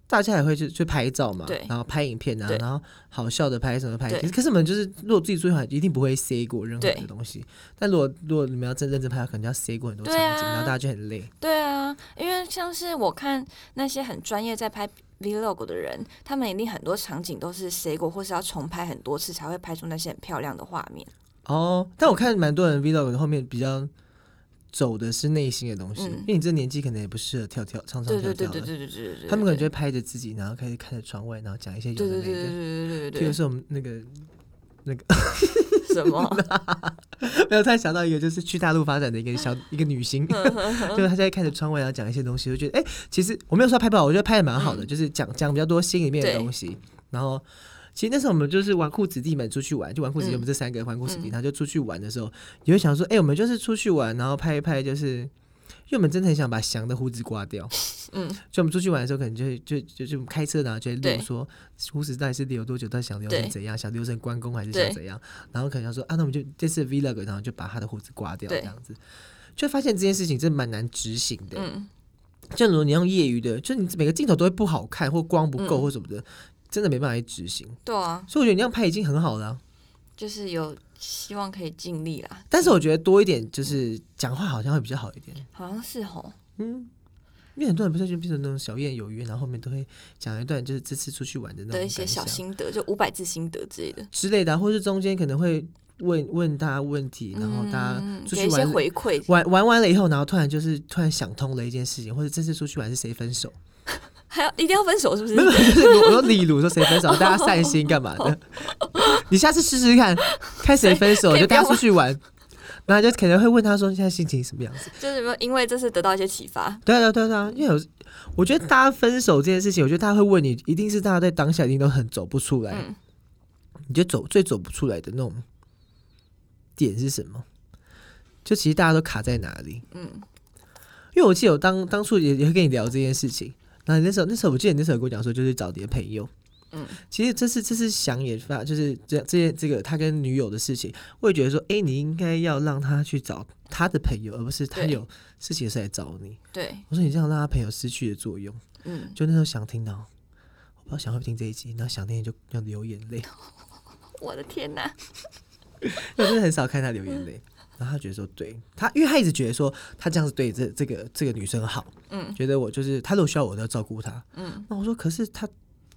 Speaker 1: 大家也会去去拍照嘛
Speaker 2: 对，
Speaker 1: 然后拍影片啊，
Speaker 2: 对
Speaker 1: 然后好笑的拍什么拍，
Speaker 2: 对
Speaker 1: 可是可是我们就是如果自己出去玩，一定不会 say 过任何
Speaker 2: 对
Speaker 1: 的东西。但如果如果你们要真认真拍，可能就要 say 过很多场
Speaker 2: 对
Speaker 1: 景，
Speaker 2: 啊
Speaker 1: 然后大家就很累。
Speaker 2: 对啊，因为像是我看那些很专业在拍 vlog 的人，他们一定很多场景都是 C 过，或是要重拍很多次才会拍出那些很漂亮的画面。
Speaker 1: 哦，但我看蛮多人 vlog 后面比较走的是内心的东西，
Speaker 2: 嗯
Speaker 1: 因为你这年纪可能也不适合跳跳唱唱
Speaker 2: 对
Speaker 1: 跳
Speaker 2: 对对
Speaker 1: 跳
Speaker 2: 对
Speaker 1: 的。
Speaker 2: 对对对对，
Speaker 1: 他们可能就会拍着自己，然后开始看着窗外，然后讲一些有的
Speaker 2: 对
Speaker 1: 没
Speaker 2: 对
Speaker 1: 的。
Speaker 2: 对对对对对
Speaker 1: 譬如
Speaker 2: 对
Speaker 1: 说我们那个，
Speaker 2: 对，什么？
Speaker 1: 没有，突然想到一个，就是去大陆发展的一个小一个女星，就是她在看着窗外，然后讲一些东西，我就觉得，哎、其实我没有说她拍不好，我觉得拍的蛮好的，就是讲讲比较多心里面的
Speaker 2: 对
Speaker 1: 东西。然后，其实那时候我们就是纨绔子弟们出去玩，就纨绔子弟，我们这三个纨绔子弟，然后就出去玩的时候，也会想说，哎、我们就是出去玩，然后拍一拍，就是因为我们真的很想把翔的胡子刮掉。
Speaker 2: 嗯，
Speaker 1: 所以我们出去玩的时候，可能就会就就就开车，然后就会
Speaker 2: 对
Speaker 1: 录说胡子到底是留多久，到底想留成
Speaker 2: 对
Speaker 1: 怎样，想留成关公还是想
Speaker 2: 对
Speaker 1: 怎样，然后可能想说啊，那我们就这次 vlog，然后就把他的胡子刮掉这
Speaker 2: 对
Speaker 1: 样子，就发现这件事情真的蛮难执行的。
Speaker 2: 嗯，
Speaker 1: 就如果你用业余的，就你每个镜头都会不好看，或光不够
Speaker 2: 嗯
Speaker 1: 或什么的，真的没办法去执行。
Speaker 2: 对啊，
Speaker 1: 所以我觉得你那样拍已经很好了啊、
Speaker 2: 就是有希望可以尽力啦。
Speaker 1: 但是我觉得多一点就是讲话好像会比较好一点。
Speaker 2: 好像是吼，
Speaker 1: 嗯，因为很多人不是就变成那种小宴有约，然后后面都会讲一段就是这次出去玩的那种
Speaker 2: 的一些
Speaker 1: 感
Speaker 2: 小
Speaker 1: 想
Speaker 2: 心得，就五百字心得之类的，
Speaker 1: 之类的啊，或是中间可能会问问大家问题，然后大家
Speaker 2: 嗯
Speaker 1: 出
Speaker 2: 给
Speaker 1: 去
Speaker 2: 一些
Speaker 1: 玩
Speaker 2: 回馈，
Speaker 1: 玩玩完了以后，然后突然就是突然想通了一件事情，或者这次出去玩是谁分手？
Speaker 2: 还要一定要分手是不是
Speaker 1: 没？有，就是我说例如说谁分手，大家散心干嘛 的？你下次试试看，看谁分手，
Speaker 2: 可以
Speaker 1: 就大家
Speaker 2: 不要
Speaker 1: 出去玩，然后就可能会问他说现在心情什么样子。
Speaker 2: 就是有没有因为这次得到一些启发？
Speaker 1: 对啊对啊对啊对啊，因为有，我觉得大家分手这件事情，我觉得大家会问你，一定是大家在当下一定都很走不出来，
Speaker 2: 嗯
Speaker 1: 你就走最走不出来的那种点是什么？就其实大家都卡在哪里？
Speaker 2: 嗯，
Speaker 1: 因为我记得我当当初也也会跟你聊这件事情，然后你那时候那时候我记得你那时候有跟我讲说，就是找你的朋友。
Speaker 2: 嗯，
Speaker 1: 其实这是这是想也发，就是这这件这个他跟女友的事情，我也觉得说，哎、你应该要让他去找他的朋友，而不是他
Speaker 2: 对
Speaker 1: 有事情是来找你。
Speaker 2: 对，
Speaker 1: 我说你这样让他朋友失去了作用。
Speaker 2: 嗯，
Speaker 1: 就那时候想听到，我不知道想会不会听这一集，然后想听就要流眼泪，
Speaker 2: 我的天哪，
Speaker 1: 因为我真的很少看他流眼泪。然后他觉得说，对他，因为他一直觉得说他这样子对这这个这个女生好，
Speaker 2: 嗯
Speaker 1: 觉得我就是他如果需要我都要照顾他。
Speaker 2: 嗯
Speaker 1: 那我说，可是他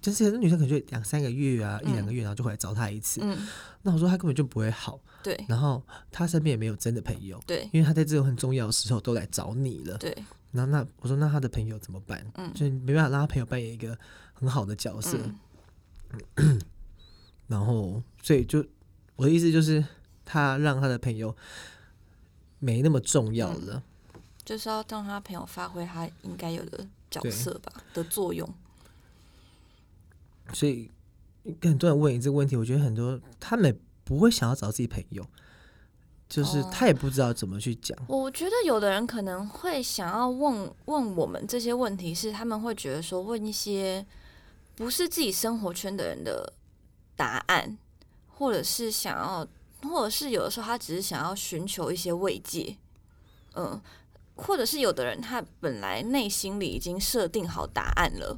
Speaker 1: 就是那女生可能就两三个月啊，一
Speaker 2: 嗯
Speaker 1: 两个月，然后就回来找他一次。
Speaker 2: 嗯，
Speaker 1: 那我说他根本就不会好，
Speaker 2: 对
Speaker 1: 然后他身边也没有真的朋友，
Speaker 2: 对
Speaker 1: 因为他在这种很重要的时候都来找你了。
Speaker 2: 对，
Speaker 1: 然后那我说那他的朋友怎么办？
Speaker 2: 嗯
Speaker 1: 就是没办法让他朋友扮演一个很好的角色。
Speaker 2: 嗯
Speaker 1: 然后，所以就我的意思就是，他让他的朋友没那么重要
Speaker 2: 嗯
Speaker 1: 了。
Speaker 2: 就是要让他朋友发挥他应该有的角色吧的作用。
Speaker 1: 所以很多人问你这个问题，我觉得很多他们不会想要找自己朋友，就是
Speaker 2: 哦
Speaker 1: 他也不知道怎么去讲。
Speaker 2: 我觉得有的人可能会想要问问我们这些问题，是他们会觉得说问一些不是自己生活圈的人的答案，或者是想要，或者是有的时候他只是想要寻求一些慰藉，嗯，或者是有的人他本来内心里已经设定好答案了。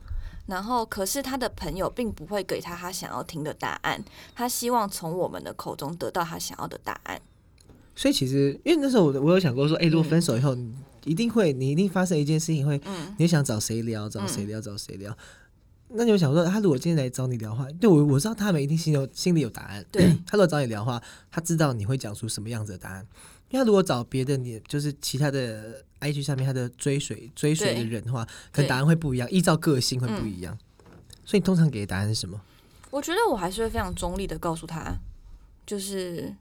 Speaker 2: 然后，可是他的朋友并不会给他他想要听的答案，他希望从我们的口中得到他想要的答案。
Speaker 1: 所以其实，因为那时候我我有想过说，哎、如果分手以后，你一定会，你一定发生一件事情会，
Speaker 2: 嗯
Speaker 1: 你想找谁聊，找谁聊，找谁聊。那你有想说，他如果今天来找你聊的话，对我我知道他们一定心有心里有答案。
Speaker 2: 对，
Speaker 1: 他如果找你聊的话，他知道你会讲出什么样子的答案。因为他如果找别的你，就是其他的 IG 上面他的追随追随的
Speaker 2: 对
Speaker 1: 人的话，可能
Speaker 2: 对嗯
Speaker 1: 答案会不一样，依照个性会不一样。所以你通常给的答案是什么？
Speaker 2: 我觉得我还是会非常中立的告诉他，就是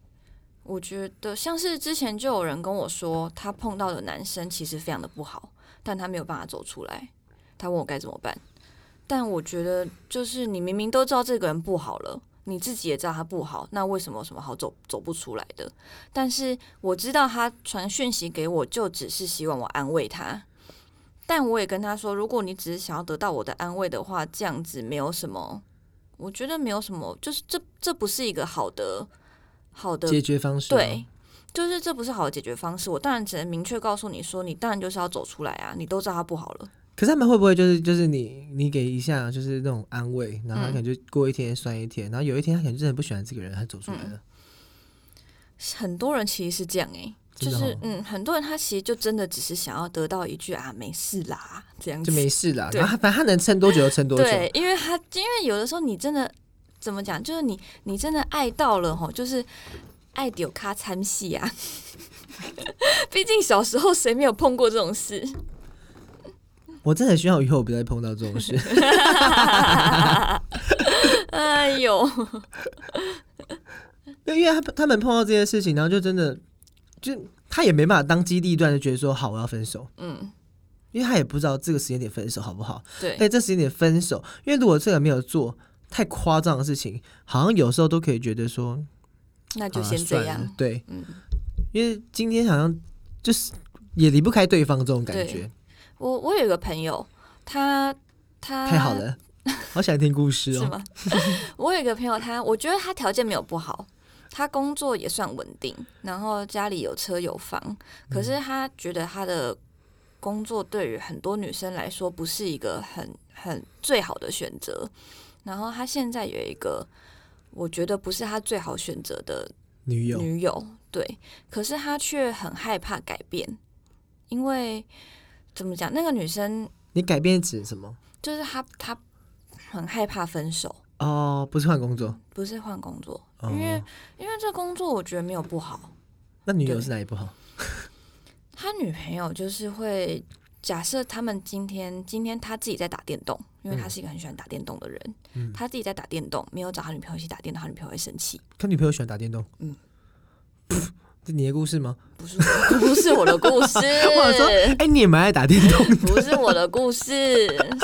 Speaker 2: 我觉得像是之前就有人跟我说，他碰到的男生其实非常的不好，但他没有办法走出来，他问我该怎么办。但我觉得就是你明明都知道这个人不好了。你自己也知道他不好，那为什么有什么好走走不出来的？但是我知道他传讯息给我，就只是希望我安慰他。但我也跟他说，如果你只是想要得到我的安慰的话，这样子没有什么我觉得没有什么，就是这这不是一个好的好的
Speaker 1: 解决方式吗
Speaker 2: 对，就是这不是好的解决方式。我当然只能明确告诉你说，你当然就是要走出来啊！你都知道它不好了，
Speaker 1: 可是他们会不会就是就是你你给一下就是那种安慰，
Speaker 2: 嗯
Speaker 1: 然后他可能就过一天算一天，然后有一天他可能真的不喜欢这个人，他走出来
Speaker 2: 嗯
Speaker 1: 了。
Speaker 2: 很多人其实是这样诶、就
Speaker 1: 真的哦
Speaker 2: 是、嗯，很多人他其实就真的只是想要得到一句啊，没事啦，这样
Speaker 1: 就
Speaker 2: 子。
Speaker 1: 没事啦，
Speaker 2: 对
Speaker 1: 然后他反正他能撑多久就撑多久，
Speaker 2: 对，因为他因为有的时候你真的怎么讲，就是你你真的爱到了吼，就是爱丢咖参戏啊。 毕竟小时候谁没有碰过这种事？
Speaker 1: 我真的很希望以后我不要再碰到这种 事。
Speaker 2: 哎呦，
Speaker 1: 对，因为他他们碰到这些事情，然后就真的就他也没办法当机立断，就觉得说好我要分手，
Speaker 2: 嗯，
Speaker 1: 因为他也不知道这个时间点分手好不好。
Speaker 2: 对，
Speaker 1: 哎，这时间点分手，因为如果这个没有做太夸张的事情，好像有时候都可以觉得说
Speaker 2: 那就
Speaker 1: 啊
Speaker 2: 先
Speaker 1: 算
Speaker 2: 这
Speaker 1: 了
Speaker 2: 样。
Speaker 1: 对，
Speaker 2: 嗯
Speaker 1: 因为今天好像就是也离不开对方这种感觉
Speaker 2: 对，我我有一个朋友，他他
Speaker 1: 太好了， 好想听故事
Speaker 2: 啊是
Speaker 1: 哦。
Speaker 2: 吗？ 我有一个朋友他，我觉得他条件没有不好，他工作也算稳定，然后家里有车有房，可是他觉得他的工作对于很多女生来说不是一个很很最好的选择。然后他现在有一个，我觉得不是他最好选择的
Speaker 1: 女友，
Speaker 2: 女友，对，可是他却很害怕改变，因为怎么讲，那个女生
Speaker 1: 你改变指什么？
Speaker 2: 就是她，她很害怕分手，
Speaker 1: 哦，不是换工作，
Speaker 2: 不是换工作，
Speaker 1: 哦
Speaker 2: 因为因为这工作我觉得没有不好。
Speaker 1: 那女友
Speaker 2: 对
Speaker 1: 是哪里不好？
Speaker 2: 他女朋友就是会假设他们今天今天他自己在打电动，因为他是一个很喜欢打电动的人，
Speaker 1: 嗯
Speaker 2: 他自己在打电动，没有找他女朋友一起打电动，他女朋友会生气。
Speaker 1: 他女朋友喜欢打电动，嗯
Speaker 2: 嗯，
Speaker 1: 这你的故事吗？
Speaker 2: 不是我的不是我的故事，
Speaker 1: 我想说，哎、你也蛮爱打电 动，
Speaker 2: 不是我的故事，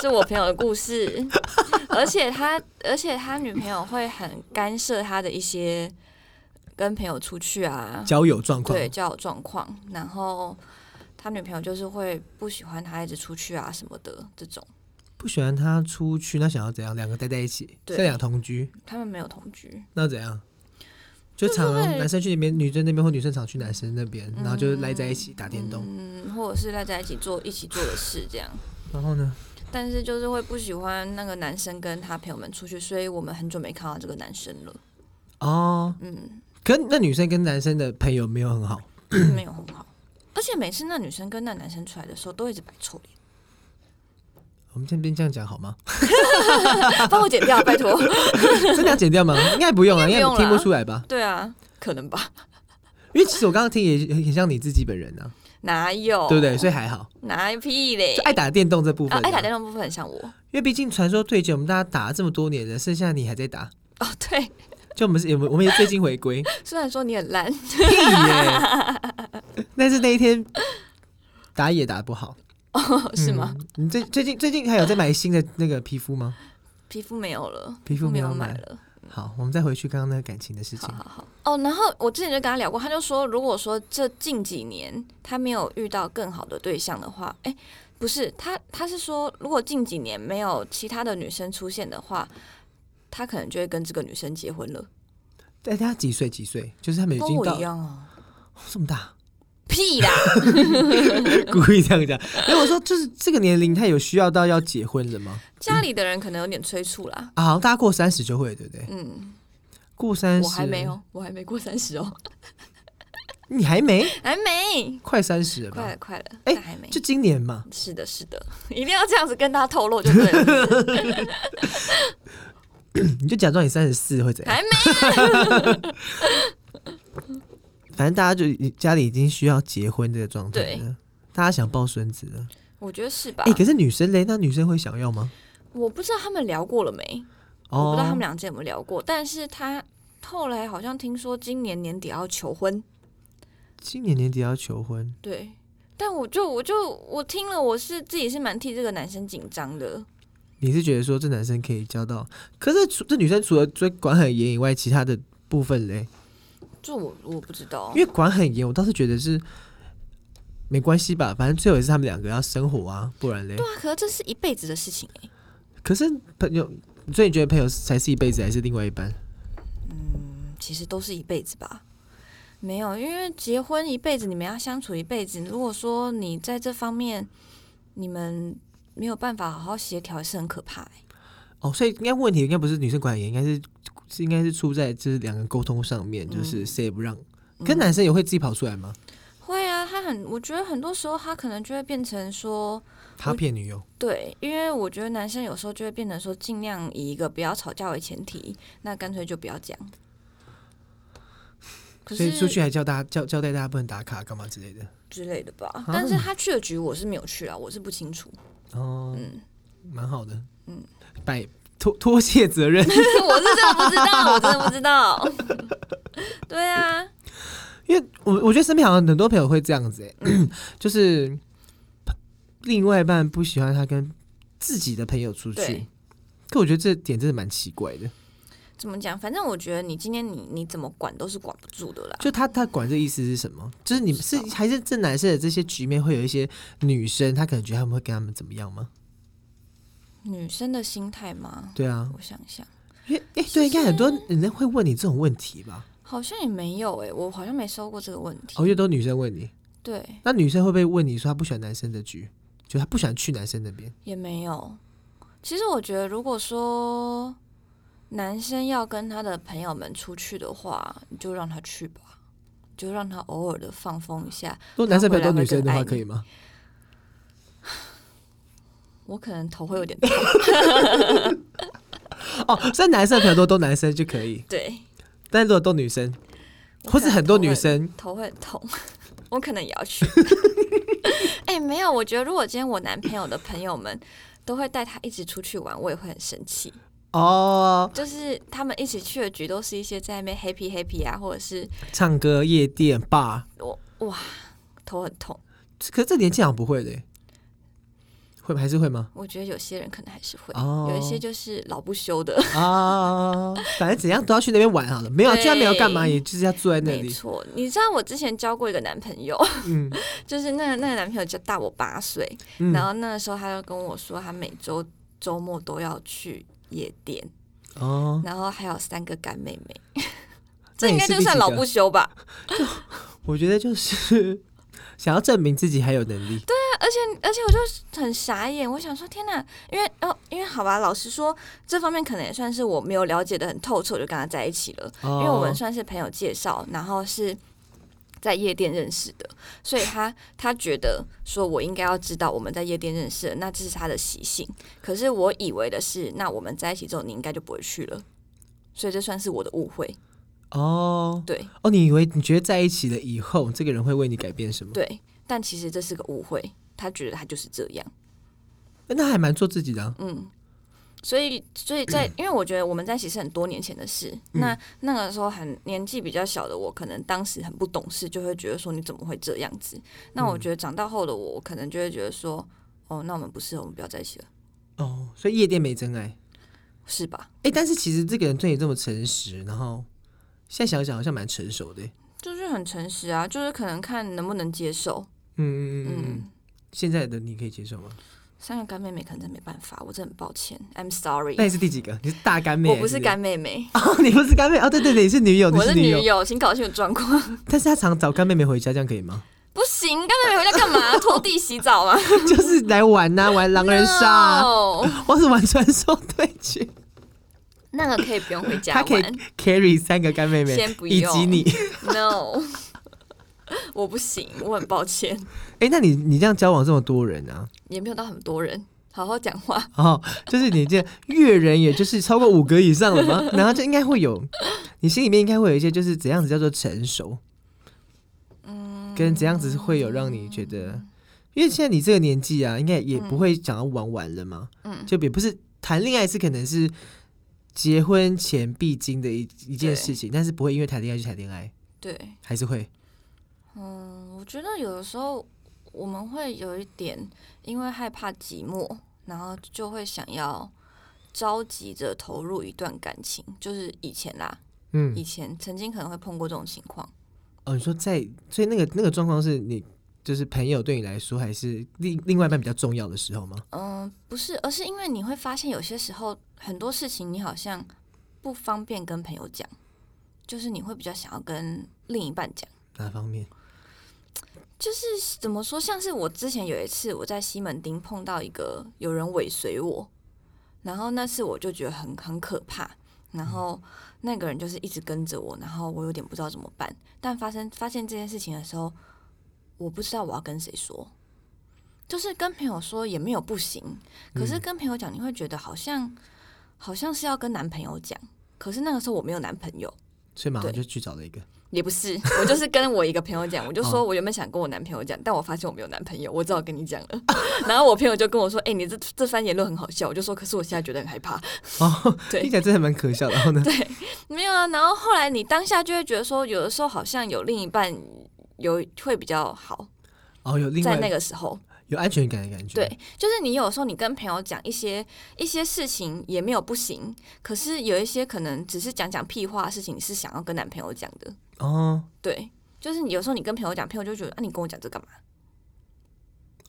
Speaker 2: 是我朋友的故事。 而且他，而且他女朋友会很干涉他的一些跟朋友出去啊，
Speaker 1: 交友状况，
Speaker 2: 对交友状况。然后他女朋友就是会不喜欢他一直出去啊什么的这种。
Speaker 1: 不喜欢他出去，那想要怎样？两个待在一起，
Speaker 2: 对
Speaker 1: 这两同居，
Speaker 2: 他们没有同居，
Speaker 1: 那怎样？就常常男生去那边，女生那边，或女生常去男生那边，然后就赖在一起打电动。
Speaker 2: 嗯，或者是赖在一起做一起做的事这样。
Speaker 1: 然后呢，
Speaker 2: 但是就是会不喜欢那个男生跟他朋友们出去，所以我们很久没看到这个男生了。
Speaker 1: 哦，
Speaker 2: 嗯，
Speaker 1: 可那女生跟男生的朋友没有很好，
Speaker 2: 没有很好。而且每次那女生跟那男生出来的时候，都一直摆臭脸，
Speaker 1: 我们这边这样讲好 吗？
Speaker 2: 帮我剪掉，拜托。
Speaker 1: 真的要剪掉吗？应该不用啊，应
Speaker 2: 应该
Speaker 1: 该
Speaker 2: 不用啦
Speaker 1: 听不出来吧？
Speaker 2: 对啊，可能吧？
Speaker 1: 因为其实我刚刚听也很很像你自己本人啊，
Speaker 2: 哪有？
Speaker 1: 对不对？所以还好，
Speaker 2: 哪有屁嘞
Speaker 1: 就？爱打电动这部
Speaker 2: 哦啊
Speaker 1: 分，，
Speaker 2: 爱打电动部分很像我。
Speaker 1: 因为毕竟传说对决，我们大家打了这么多年了，剩下你还在打，
Speaker 2: 哦，对，
Speaker 1: 就我们是我们我们也最近回 归，
Speaker 2: 虽然说你很烂，
Speaker 1: 屁耶！ 但是那一天打也打不好，
Speaker 2: 哦是吗？
Speaker 1: 嗯？你最最近最近还有在买新的那个皮肤吗？
Speaker 2: 皮肤没有了，
Speaker 1: 皮肤没
Speaker 2: 没
Speaker 1: 有买
Speaker 2: 买了。
Speaker 1: 好，我们再回去刚刚那个感情的事情
Speaker 2: 好。好好。哦，然后我之前就跟他聊过，他就说，如果说这近几年他没有遇到更好的对象的话，哎，不是他，他是说，如果近几年没有其他的女生出现的话，他可能就会跟这个女生结婚了，
Speaker 1: 但他哎几岁？几岁？就是他们已
Speaker 2: 跟
Speaker 1: 经
Speaker 2: 我
Speaker 1: 到
Speaker 2: 一样啊。
Speaker 1: 这么大，
Speaker 2: 屁啦！
Speaker 1: 故意这样讲。因为我说，就是这个年龄，他有需要到要结婚了吗？
Speaker 2: 家里的人可能有点催促啦。
Speaker 1: 啊，好像大家过三十就会，对不对？
Speaker 2: 嗯，
Speaker 1: 过三十，
Speaker 2: 我还没，有，我还没过三十哦，
Speaker 1: 你还没，
Speaker 2: 还没，
Speaker 1: 快三十了
Speaker 2: 快了
Speaker 1: 吧？
Speaker 2: 快了，
Speaker 1: 哎
Speaker 2: 但还没。
Speaker 1: 就今年嘛。
Speaker 2: 是的，是的，一定要这样子跟他透露就对 了，
Speaker 1: 嗯你就假装你三十四会怎样？
Speaker 2: 还没
Speaker 1: 反正大家就已家里已经需要结婚这个状态
Speaker 2: 对
Speaker 1: 了，大家想抱孙子了。
Speaker 2: 我觉得是吧？
Speaker 1: 哎、可是女生嘞，那女生会想要吗？
Speaker 2: 我不知道他们聊过了没，
Speaker 1: 哦
Speaker 2: 我不知道他们两个有没有聊过，但是他后来好像听说今年年底要求婚，
Speaker 1: 今年年底要求婚，
Speaker 2: 对。但我就我就我听了，我是自己是蛮替这个男生紧张的，
Speaker 1: 你是觉得说这男生可以交到？可是除这女生除了追管很严以外，其他的部分嘞，
Speaker 2: 就我我不知道
Speaker 1: 因，为管很严，我倒是觉得是没关系吧，反正最后也是他们两个要生活啊，不然嘞。欸
Speaker 2: 对啊，可是这是一辈子的事情哎、
Speaker 1: 可是朋友所以你觉得朋友才是一辈子，还是另外一半？
Speaker 2: 其实都是一辈子吧。没有，因为结婚一辈子，你们要相处一辈子。如果说你在这方面你们没有办法好好协调，也是很可怕、欸。
Speaker 1: 哦，所以应该问题应该不是女生管严，应该是是应该是出在就是两个人沟通上
Speaker 2: 嗯
Speaker 1: 面，就是谁也不让。跟男生也会自己跑出来吗？
Speaker 2: 会啊，他很，我觉得很多时候他可能就会变成说，
Speaker 1: 他骗女友，
Speaker 2: 对，因为我觉得男生有时候就会变成说，尽量以一个不要吵架为前提，那干脆就不要讲。可
Speaker 1: 所以
Speaker 2: 是
Speaker 1: 出去还叫大家叫交代大家不能打卡干嘛之类的。
Speaker 2: 之类的
Speaker 1: 啊
Speaker 2: 吧，但是他去的局我是没有去啊，我是不清 楚。
Speaker 1: 哦，蛮好的。嗯，摆脱脱卸责任。
Speaker 2: 我是真的不知道，我真的不知道。 对啊，
Speaker 1: 因为我我觉得身边好像很多朋友会这样子、欸， 就是另外一半不喜欢他跟自己的朋友出去
Speaker 2: 对，
Speaker 1: 可我觉得这点真的蛮奇怪的。
Speaker 2: 怎么讲？反正我觉得你今天你你怎么管都是管不住的啦。
Speaker 1: 就他他管这意思是什么？就是你们是啊还是这男生的这些局面会有一些女生，她可能觉得他们会跟他们怎么样吗？
Speaker 2: 女生的心态吗？
Speaker 1: 对啊，
Speaker 2: 我想想，
Speaker 1: 因为哎、对，应该很多人会问你这种问题吧？
Speaker 2: 好像也没有诶、我好像没收过这个问题。
Speaker 1: 哦，因为都女生问你，
Speaker 2: 对，
Speaker 1: 那女生会不会问你说她不喜欢男生的局，就她不喜欢去男生那边？
Speaker 2: 也没有。其实我觉得，如果说男生要跟他的朋友们出去的话，你就让他去吧，就让他偶尔的放风一下。
Speaker 1: 如果男生不要
Speaker 2: 她
Speaker 1: 都
Speaker 2: 回来
Speaker 1: 女
Speaker 2: 会
Speaker 1: 生的
Speaker 2: 更爱
Speaker 1: 话，
Speaker 2: 你
Speaker 1: 可以吗？
Speaker 2: 我可能头会有点痛。
Speaker 1: 哦，所以男生的朋友多都男生就可以。
Speaker 2: 对，
Speaker 1: 但如果都女生，或是很多女生，
Speaker 2: 头会很痛， 我可能也要去。 哎、没有，我觉得如果今天我男朋友的朋友们都会带他一直出去玩，我也会很生气。
Speaker 1: 哦，
Speaker 2: 就是他们一起去的局都是一些在那边 happy happy 啊，或者是
Speaker 1: 唱歌、夜店、bar，
Speaker 2: 我哇头很痛。
Speaker 1: 可是这年纪好像不会的耶，会吗还是会吗？
Speaker 2: 我觉得有些人可能还是会，
Speaker 1: 哦
Speaker 2: 有一些就是老不休的，
Speaker 1: 啊，反正怎样都要去那边玩好了，没有，就
Speaker 2: 对
Speaker 1: 算没有干嘛，也就是要坐在 那
Speaker 2: 没
Speaker 1: 里。
Speaker 2: 错。你知道我之前交过一个男朋友，
Speaker 1: 嗯
Speaker 2: 就是那个那个男朋友就大我八岁，
Speaker 1: 嗯
Speaker 2: 然后那个时候他就跟我说，他每周周末都要去夜店，
Speaker 1: 哦，
Speaker 2: 然后还有三个干妹妹，
Speaker 1: 那
Speaker 2: 这
Speaker 1: 你
Speaker 2: 应该
Speaker 1: 是
Speaker 2: 就
Speaker 1: 第
Speaker 2: 算
Speaker 1: 几
Speaker 2: 老
Speaker 1: 个
Speaker 2: 不休吧。
Speaker 1: 我觉得就是 想要证明自己还有能力。对，
Speaker 2: 而且而且我就很傻眼，我想说天哪，因为哦，因为好吧，老实说，这方面可能也算是我没有了解的很透彻，我就跟他在一起了。
Speaker 1: 因
Speaker 2: 因为我们算是朋友介绍，然后是在夜店认识的，所以他他觉得说我应该要知道我们在夜店认识的，那这是他的习性。可是我以为的是，那我们在一起之后，你应该就不会去了，所以这算是我的误会。
Speaker 1: 哦
Speaker 2: 对
Speaker 1: 哦，你以为你觉得在一起了以后，这个人会为你改变什么？
Speaker 2: 对，但其实这是个误会，他觉得他就是这样。
Speaker 1: 诶那还蛮做自己的啊。
Speaker 2: 嗯，所以所以在，因为我觉得我们在一起是很多年前的事，
Speaker 1: 嗯
Speaker 2: 那那个时候很年纪比较小的我，可能当时很不懂事，就会觉得说你怎么会这样子？那
Speaker 1: 嗯
Speaker 2: 我觉得长大后的我，我可能就会觉得说，哦，那我们不适合，我们不要在一起了，
Speaker 1: 哦，所以夜店没真爱。
Speaker 2: 是吧？
Speaker 1: 哎、但是其实这个人对你这么诚实，然后现在想想好像蛮成熟的欸。
Speaker 2: 就是很诚实啊，就是可能看能不能接受。
Speaker 1: 嗯嗯嗯嗯。
Speaker 2: 嗯，
Speaker 1: 现在的你可以接受吗？
Speaker 2: 三个干妹妹可能真没办法，我真的很抱歉，I'm sorry
Speaker 1: 那。你是第几个？你是大干妹？
Speaker 2: 我不是干妹妹，
Speaker 1: 哦，你不是干妹哦，对对对，你是女友，你
Speaker 2: 我是
Speaker 1: 女
Speaker 2: 女。友，请搞清楚状况。
Speaker 1: 但是她常找干妹妹回家，这样可以吗？
Speaker 2: 不行，干妹妹回家干嘛？拖地、洗澡吗？
Speaker 1: 就是来玩呐、玩狼人杀、 啊，
Speaker 2: No
Speaker 1: 或是玩传说对决，
Speaker 2: 那个可以不用回家
Speaker 1: 她可以
Speaker 2: 玩
Speaker 1: carry 三个干妹妹
Speaker 2: 先，不
Speaker 1: 以
Speaker 2: 用
Speaker 1: 及你。
Speaker 2: ，no，我不行，我很抱歉，
Speaker 1: 哎、那你你这样交往这么多人啊，
Speaker 2: 也没有到很多人，好好讲话，
Speaker 1: 哦，就是你这阅人，也就是超过五格以上了吗？然后就应该会有，你心里面应该会有一些，就是怎样子叫做成熟，嗯，跟怎样子会有让你觉得，因为现在你这个年纪啊，应该也不会想要玩玩了嘛，嗯，就也不是谈恋爱是可能是结婚前必经的一一件事情，但是不会因为谈恋爱就谈恋爱，
Speaker 2: 对，
Speaker 1: 还是会
Speaker 2: 嗯，我觉得有的时候我们会有一点因为害怕寂寞，然后就会想要着急着投入一段感情，就是以前啦，
Speaker 1: 嗯
Speaker 2: 以前曾经可能会碰过这种情况，
Speaker 1: 哦，你说在，所以那个那个状况是你就是朋友对你来说还是另另外一半比较重要的时候吗？
Speaker 2: 嗯，不是，而是因为你会发现有些时候很多事情你好像不方便跟朋友讲，就是你会比较想要跟另一半讲。
Speaker 1: 哪方面？
Speaker 2: 就是怎么说，像是我之前有一次我在西门町碰到一个有人尾随我，然后那次我就觉得很很可怕，然后那个人就是一直跟着我，然后我有点不知道怎么办。但发生发现这件事情的时候，我不知道我要跟谁说，就是跟朋友说也没有不行，可是跟朋友讲你会觉得好像好像是要跟男朋友讲，可是那个时候我没有男朋友。
Speaker 1: 所以马上就
Speaker 2: 对
Speaker 1: 去找了一 个。
Speaker 2: 也不是，我就是跟我一个朋友讲，我就
Speaker 1: 嗯
Speaker 2: 说我原本想跟我男朋友讲，但我发现我没有男朋友，我只好跟你讲了。 然后我朋友就跟我说：“哎、你这这番言论很好笑。”我就说：“可是我现在觉得很害怕。
Speaker 1: 哦，
Speaker 2: 对
Speaker 1: 听起来真的蛮可笑的。然哦 后呢？”
Speaker 2: 没有啊。然后后来你当下就会觉得说，有的时候好像有另一半有会比较好，
Speaker 1: 哦，有另外
Speaker 2: 在那个时候，
Speaker 1: 有安全感的感觉。
Speaker 2: 对，，就是你有时候你跟朋友讲一些一些事情也没有不行，可是有一些可能只是讲讲屁话的事情，你是想要跟男朋友讲的。
Speaker 1: 哦
Speaker 2: 对，就是你有时候你跟朋友讲，朋友就觉得啊，你跟我讲这干嘛？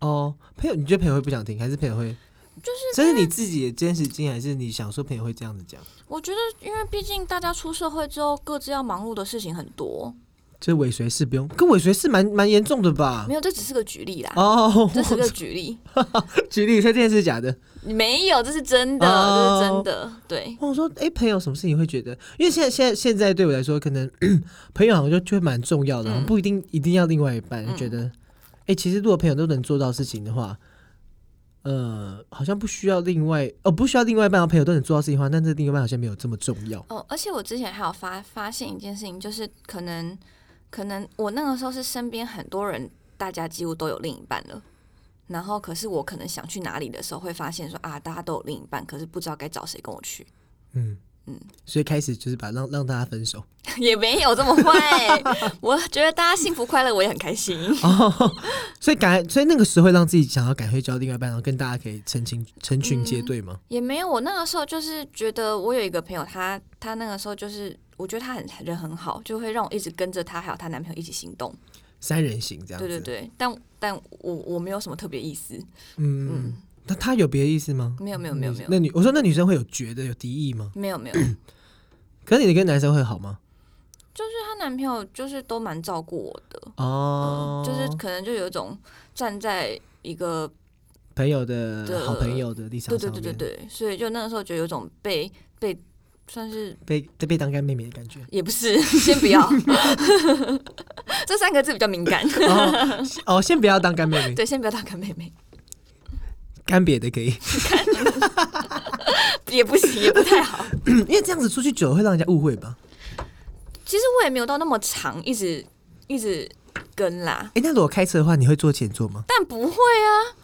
Speaker 1: 哦，朋友，你觉得朋友会不想听，还是朋友会？就是这是你自己的真实经验，还是你想说朋友会这样子讲？
Speaker 2: 我觉得，因为毕竟大家出社会之后，各自要忙碌的事情很多。
Speaker 1: 这尾随是不用，跟尾随是蛮蛮严重的吧
Speaker 2: 没？有，这只是个举例啦，
Speaker 1: 啊哦，
Speaker 2: 这是个举例，
Speaker 1: 举例，所以这件事是假的。
Speaker 2: 没有，这是真的，
Speaker 1: 哦
Speaker 2: 这是真的。对，
Speaker 1: 我说，哎、朋友什么事情会觉得？因为现在现在现在对我来说，可能 朋友好像就就会蛮重要的，
Speaker 2: 嗯
Speaker 1: 不一定一定要另外一半。
Speaker 2: 嗯
Speaker 1: 觉得，哎、其实如果朋友都能做到事情的话，呃，好像不需要另外哦，不需要另外一半，朋友都能做到事情的话，那这另外一半好像没有这么重要。
Speaker 2: 哦，而且我之前还有发发现一件事情，就是可能可能我那个时候是身边很多人，大家几乎都有另一半了。然后，可是我可能想去哪里的时候，会发现说啊，大家都有另一半，可是不知道该找谁跟我去，
Speaker 1: 嗯嗯
Speaker 2: 嗯，
Speaker 1: 所以开始就是把让让大家分 手。
Speaker 2: 也没有这么 坏。我觉得大家幸福快乐，我也很开心。
Speaker 1: 哦，所以赶，所以那个时候会让自己想要赶快交另外一半，然后跟大家可以成群成
Speaker 2: 嗯
Speaker 1: 群结队吗？
Speaker 2: 也没有，我那个时候就是觉得我有一个朋友他，他那个时候就是，我觉得他很人很好，就会让我一直跟着他还有她男朋友一起行动。
Speaker 1: 三人行这样子。
Speaker 2: 对对对，但但我我没有什么特别意思，
Speaker 1: 嗯，嗯
Speaker 2: 嗯，
Speaker 1: 那他有别的意思吗？
Speaker 2: 没有没有没有
Speaker 1: 女
Speaker 2: 没有
Speaker 1: 嗯那女我说那女生会有觉得有敌意吗？
Speaker 2: 没有 没有，就
Speaker 1: 可是你跟男生会好吗？
Speaker 2: 是她男朋友就是都蛮照顾我的，
Speaker 1: 哦，
Speaker 2: 嗯就是可能就有一种站在一个
Speaker 1: 朋友的
Speaker 2: 的
Speaker 1: 好朋友的立场
Speaker 2: 对对
Speaker 1: 上面，
Speaker 2: 对对对，所以就那个时候觉得有种被被算是。
Speaker 1: 被被当干妹妹的感觉
Speaker 2: 也不是，先不 要，这三个字比较敏感，
Speaker 1: 哦哦，先不要当干妹妹，
Speaker 2: 对，先不要当干妹 妹。
Speaker 1: 干别的可以，
Speaker 2: 也不行，也不太好。
Speaker 1: 因为这样子出去久了会让人家误会吧？
Speaker 2: 其实我也没有到那么长，一直一直跟啦，
Speaker 1: 哎，那如果开车的话，你会坐前座吗？
Speaker 2: 但不会啊。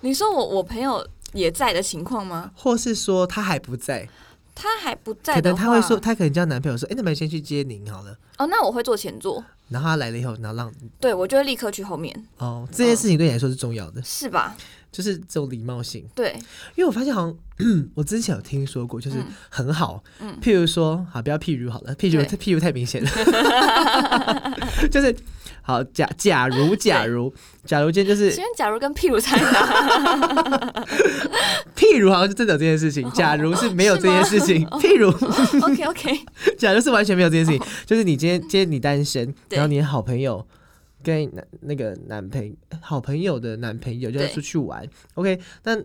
Speaker 2: 你说我我朋友也在的情况吗？
Speaker 1: 或是说他还不在，
Speaker 2: 他还不在
Speaker 1: 可
Speaker 2: 的
Speaker 1: 能
Speaker 2: 话，
Speaker 1: 他会说，他可能叫男朋友说，哎，那么先去接您好了。
Speaker 2: 哦，那我会坐前座，
Speaker 1: 然后他来了以后，然后让
Speaker 2: 对我就会立刻去后面，
Speaker 1: 哦，这件事情对你来说是重要的，
Speaker 2: 是吧？
Speaker 1: 就是这种礼貌性。
Speaker 2: 对，
Speaker 1: 因为我发现好像 我之前有听说过，就是
Speaker 2: 嗯
Speaker 1: 很好，
Speaker 2: 嗯
Speaker 1: 譬如说，好不要譬如好了，譬如
Speaker 2: 对
Speaker 1: 譬如太明显了， 就是好假假如假如假如今天就是
Speaker 2: 请问假如跟譬如在 哪？
Speaker 1: 譬如好像就真的有这件事
Speaker 2: 哦
Speaker 1: 情，假如是没有这件事情，譬如
Speaker 2: OK OK，
Speaker 1: 假如是完全没有这件事情，就是你今天今天你单身，
Speaker 2: 哦对
Speaker 1: 然后你的好朋友跟男那个男朋好朋友的男朋友就要
Speaker 2: 对
Speaker 1: 出去玩，OK，那。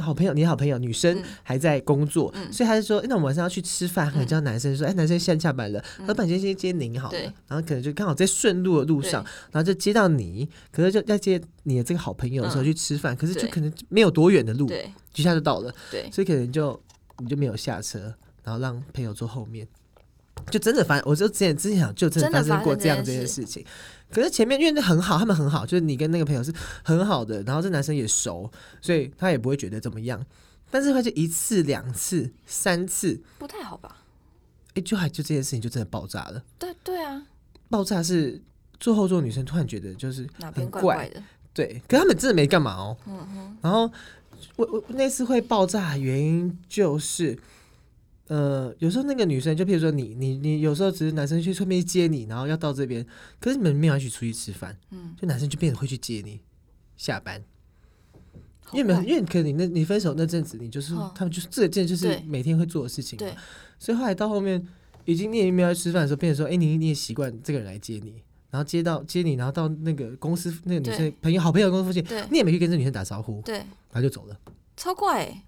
Speaker 1: 好朋友，你的好朋友女生
Speaker 2: 嗯
Speaker 1: 还在工作，
Speaker 2: 嗯
Speaker 1: 所以他就说，诶那我晚上要去吃饭，可能叫男生说，哎、男生现在下班了，老板先先接您好了
Speaker 2: 嗯对，
Speaker 1: 然后可能就刚好在顺路的路上，然后就接到你，可是就要接你的这个好朋友的时候
Speaker 2: 嗯
Speaker 1: 去吃饭，可是就
Speaker 2: 对
Speaker 1: 可能没有多远的路，
Speaker 2: 对
Speaker 1: 一下就到了，
Speaker 2: 对，
Speaker 1: 所以可能就你就没有下车，然后让朋友坐后面，就真的发，我就之前之前想就真的
Speaker 2: 真的
Speaker 1: 发生
Speaker 2: 发
Speaker 1: 过
Speaker 2: 生
Speaker 1: 这样这
Speaker 2: 这件
Speaker 1: 件
Speaker 2: 事
Speaker 1: 事情。可是前面因为很好，他们很好，就是你跟那个朋友是很好的，然后这男生也熟，所以他也不会觉得怎么样。但是他就一次、两次、三次，
Speaker 2: 不太好吧？
Speaker 1: 哎、就还就这件事情就真的爆炸了。
Speaker 2: 对对啊，
Speaker 1: 爆炸是坐后座女生突然觉得就是
Speaker 2: 哪
Speaker 1: 很
Speaker 2: 边怪怪的？
Speaker 1: 对，可他们真的没干嘛哦。
Speaker 2: 嗯
Speaker 1: 然后我我那次会爆炸的原因就是呃，有时候那个女生就譬如说你你你，有时候只是男生去顺便接你，然后要到这边，可是你们没有要一起出去吃饭，
Speaker 2: 嗯，
Speaker 1: 就男生就变得会去接你下班，
Speaker 2: 好
Speaker 1: 因为没有，
Speaker 2: 怪
Speaker 1: 因为可能你那你分手那阵子，你就是、
Speaker 2: 哦
Speaker 1: 他们就是这件就是
Speaker 2: 对
Speaker 1: 每天会做的事情嘛
Speaker 2: 对，
Speaker 1: 所以后来到后面，已经你也没有在吃饭的时候，变成说，哎、你你也习惯这个人来接你，然后接到接你，然后到那个公司那个女生
Speaker 2: 对
Speaker 1: 朋友好朋友的公司附近，
Speaker 2: 对
Speaker 1: 你也没去跟这女生打招呼，
Speaker 2: 对，
Speaker 1: 然后就走了，
Speaker 2: 超怪欸，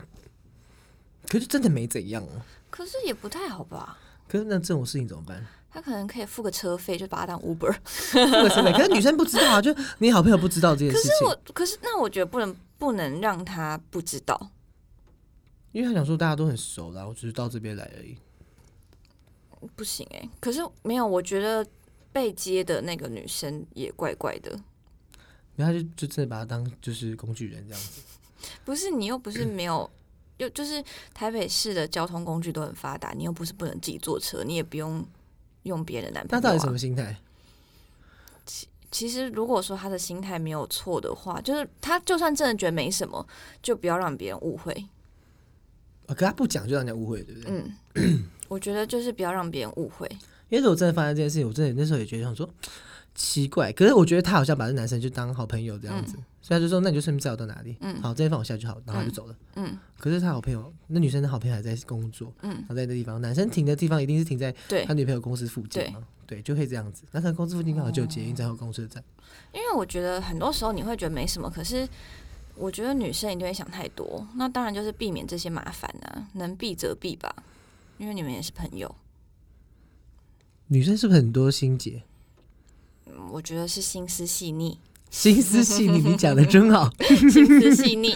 Speaker 1: 可是真的没怎样哦、
Speaker 2: 可是也不太好吧？
Speaker 1: 可是那这种事情怎么办？
Speaker 2: 他可能可以付个车费，就把它当 Uber。
Speaker 1: 这个是的，可是女生不知道啊，就你好朋友不知道这件
Speaker 2: 可
Speaker 1: 事
Speaker 2: 是
Speaker 1: 情，
Speaker 2: 我，可是那我觉得不能不能让他不知道。
Speaker 1: 因为她想说大家都很熟啦，我只是到这边来而已。
Speaker 2: 不行哎、可是没有，我觉得被接的那个女生也怪怪的。
Speaker 1: 然后她就就真的把她当就是工具人这样子，
Speaker 2: 不是你又不是 没有，又就是台北市的交通工具都很发达，你又不是不能自己坐车，你也不用用别人的男朋
Speaker 1: 那
Speaker 2: 友、啊。
Speaker 1: 到底什么心态？
Speaker 2: 其实如果说他的心态没有错的话，就是他就算真的觉得没什么，就不要让别人误会。
Speaker 1: 哦可她不讲就让人家误会，对不对？
Speaker 2: 嗯，我觉得就是不要让别人误会。
Speaker 1: 因为我真的发现这件事情，我真的那时候也觉得想说奇怪，可是我觉得他好像把这男生就当好朋友这样子，所以他就说那你就顺便载我到哪里，
Speaker 2: 嗯
Speaker 1: 好，这边放我下就好，然后他就走了。
Speaker 2: 嗯，
Speaker 1: 可是他好朋友，那女生的好朋友还在工作，
Speaker 2: 嗯
Speaker 1: 然后在那地方，男生停的地方一定是停在
Speaker 2: 对
Speaker 1: 他，女朋友公司附近嘛，对，就会这样子。那他公司附近刚好就有
Speaker 2: 哦
Speaker 1: 捷运站和公车站，
Speaker 2: 因为我觉得很多时候你会觉得没什么，可是我觉得女生一定会想太多。那当然就是避免这些麻烦啊，能避则避吧，因为你们也是朋友。
Speaker 1: 女生是不是很多心结？
Speaker 2: 嗯，我觉得是心思细腻，
Speaker 1: 心思细腻，你讲的真好。
Speaker 2: 心思细腻，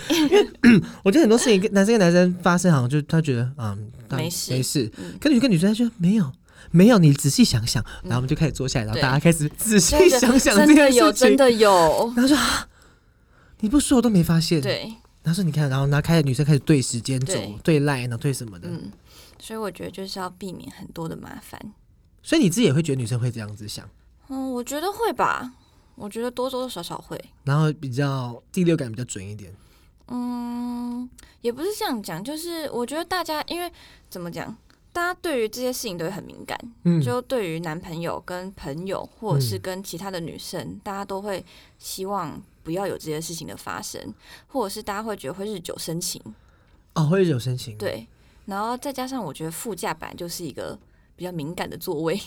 Speaker 1: 我觉得很多事情跟男生跟男生发生，好像就他觉得嗯，当
Speaker 2: 没事
Speaker 1: 没事
Speaker 2: 嗯。
Speaker 1: 跟女跟女生他觉得没有没有，你仔细想想，然后我们就开始坐下来，然后大家开始仔细
Speaker 2: 对对
Speaker 1: 想想这
Speaker 2: 真的
Speaker 1: 件
Speaker 2: 有，
Speaker 1: 事
Speaker 2: 真
Speaker 1: 情。
Speaker 2: 的有，
Speaker 1: 然后说啊，你不说我都没发现。，
Speaker 2: 对，
Speaker 1: 然后说你看，然后然后开始女生开始对时间轴
Speaker 2: 对、
Speaker 1: 对赖，然后对什么的，
Speaker 2: 嗯，所以我觉得就是要避免很多的麻烦。
Speaker 1: 所以你自己也会觉得女生会这样子想，
Speaker 2: 嗯，我觉得会吧，我觉得多多少少会。
Speaker 1: 然后比较第六感比较准一点。
Speaker 2: 嗯，也不是这样讲，就是我觉得大家因为怎么讲，大家对于这些事情都会很敏感，
Speaker 1: 嗯，
Speaker 2: 就对于男朋友跟朋友，或者是跟其他的女生，大家都会希望不要有这些事情的发生，或者是大家会觉得会日久生情，
Speaker 1: 哦，会有深情。，
Speaker 2: 对。然后再加上我觉得副驾本来就是一个比较敏感的座位，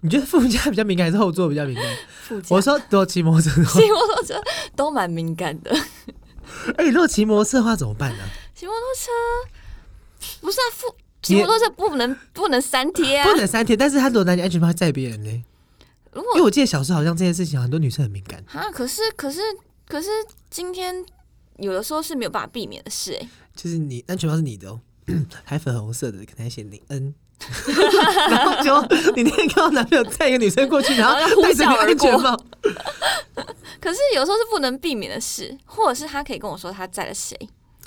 Speaker 1: 你觉得副驾比较敏感，还是后座比较 敏感？
Speaker 2: 副驾
Speaker 1: 我说，如果骑摩托车 的话
Speaker 2: 骑，摩托车都蛮敏感的，
Speaker 1: 哎，如果骑摩托车的话怎么办呢？
Speaker 2: 骑摩托车不是啊，副骑摩托车不能不能三贴啊
Speaker 1: 不，能三天，但是他如果拿你安全帽载别人呢？
Speaker 2: 如
Speaker 1: 因
Speaker 2: 果
Speaker 1: 为我记得小时候好像这件事情很多女生很敏感，
Speaker 2: 啊，可是可是可是今天有的时候是没有办法避免的事、欸，
Speaker 1: 就是你安全帽是你的哦， 还粉红色的，可能还写林恩。 然后就你那天看到男朋友载一个女生过去，然后
Speaker 2: 然后
Speaker 1: 戴着那个
Speaker 2: 呼啸而
Speaker 1: 安全帽，
Speaker 2: 可是有时候是不能避免的事，或者是他可以跟我说他载了谁，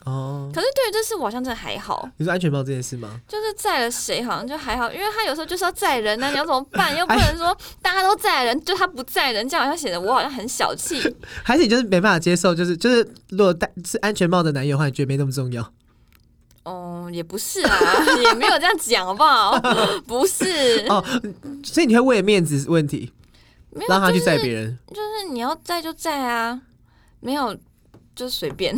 Speaker 1: 哦，
Speaker 2: 可是对于这事我好像真的还好，
Speaker 1: 你说安全帽这件事吗？
Speaker 2: 就是载了谁好像就还好，因为他有时候就是要载人啊那、你要怎么办？又不能说大家都载人，就他不载人，这样好像显得我好像很小气。
Speaker 1: 还是你就是没办法接受？就是就是，如果戴是安全帽的男友的话，你觉得没那么重要？
Speaker 2: 哦、也不是啊，也没有这样讲好不好？不是，
Speaker 1: 哦，所以你会为了面子问题
Speaker 2: 没有
Speaker 1: 让他
Speaker 2: 就
Speaker 1: 去
Speaker 2: 是
Speaker 1: 载别人？
Speaker 2: 就是你要在就在啊，没有就随便。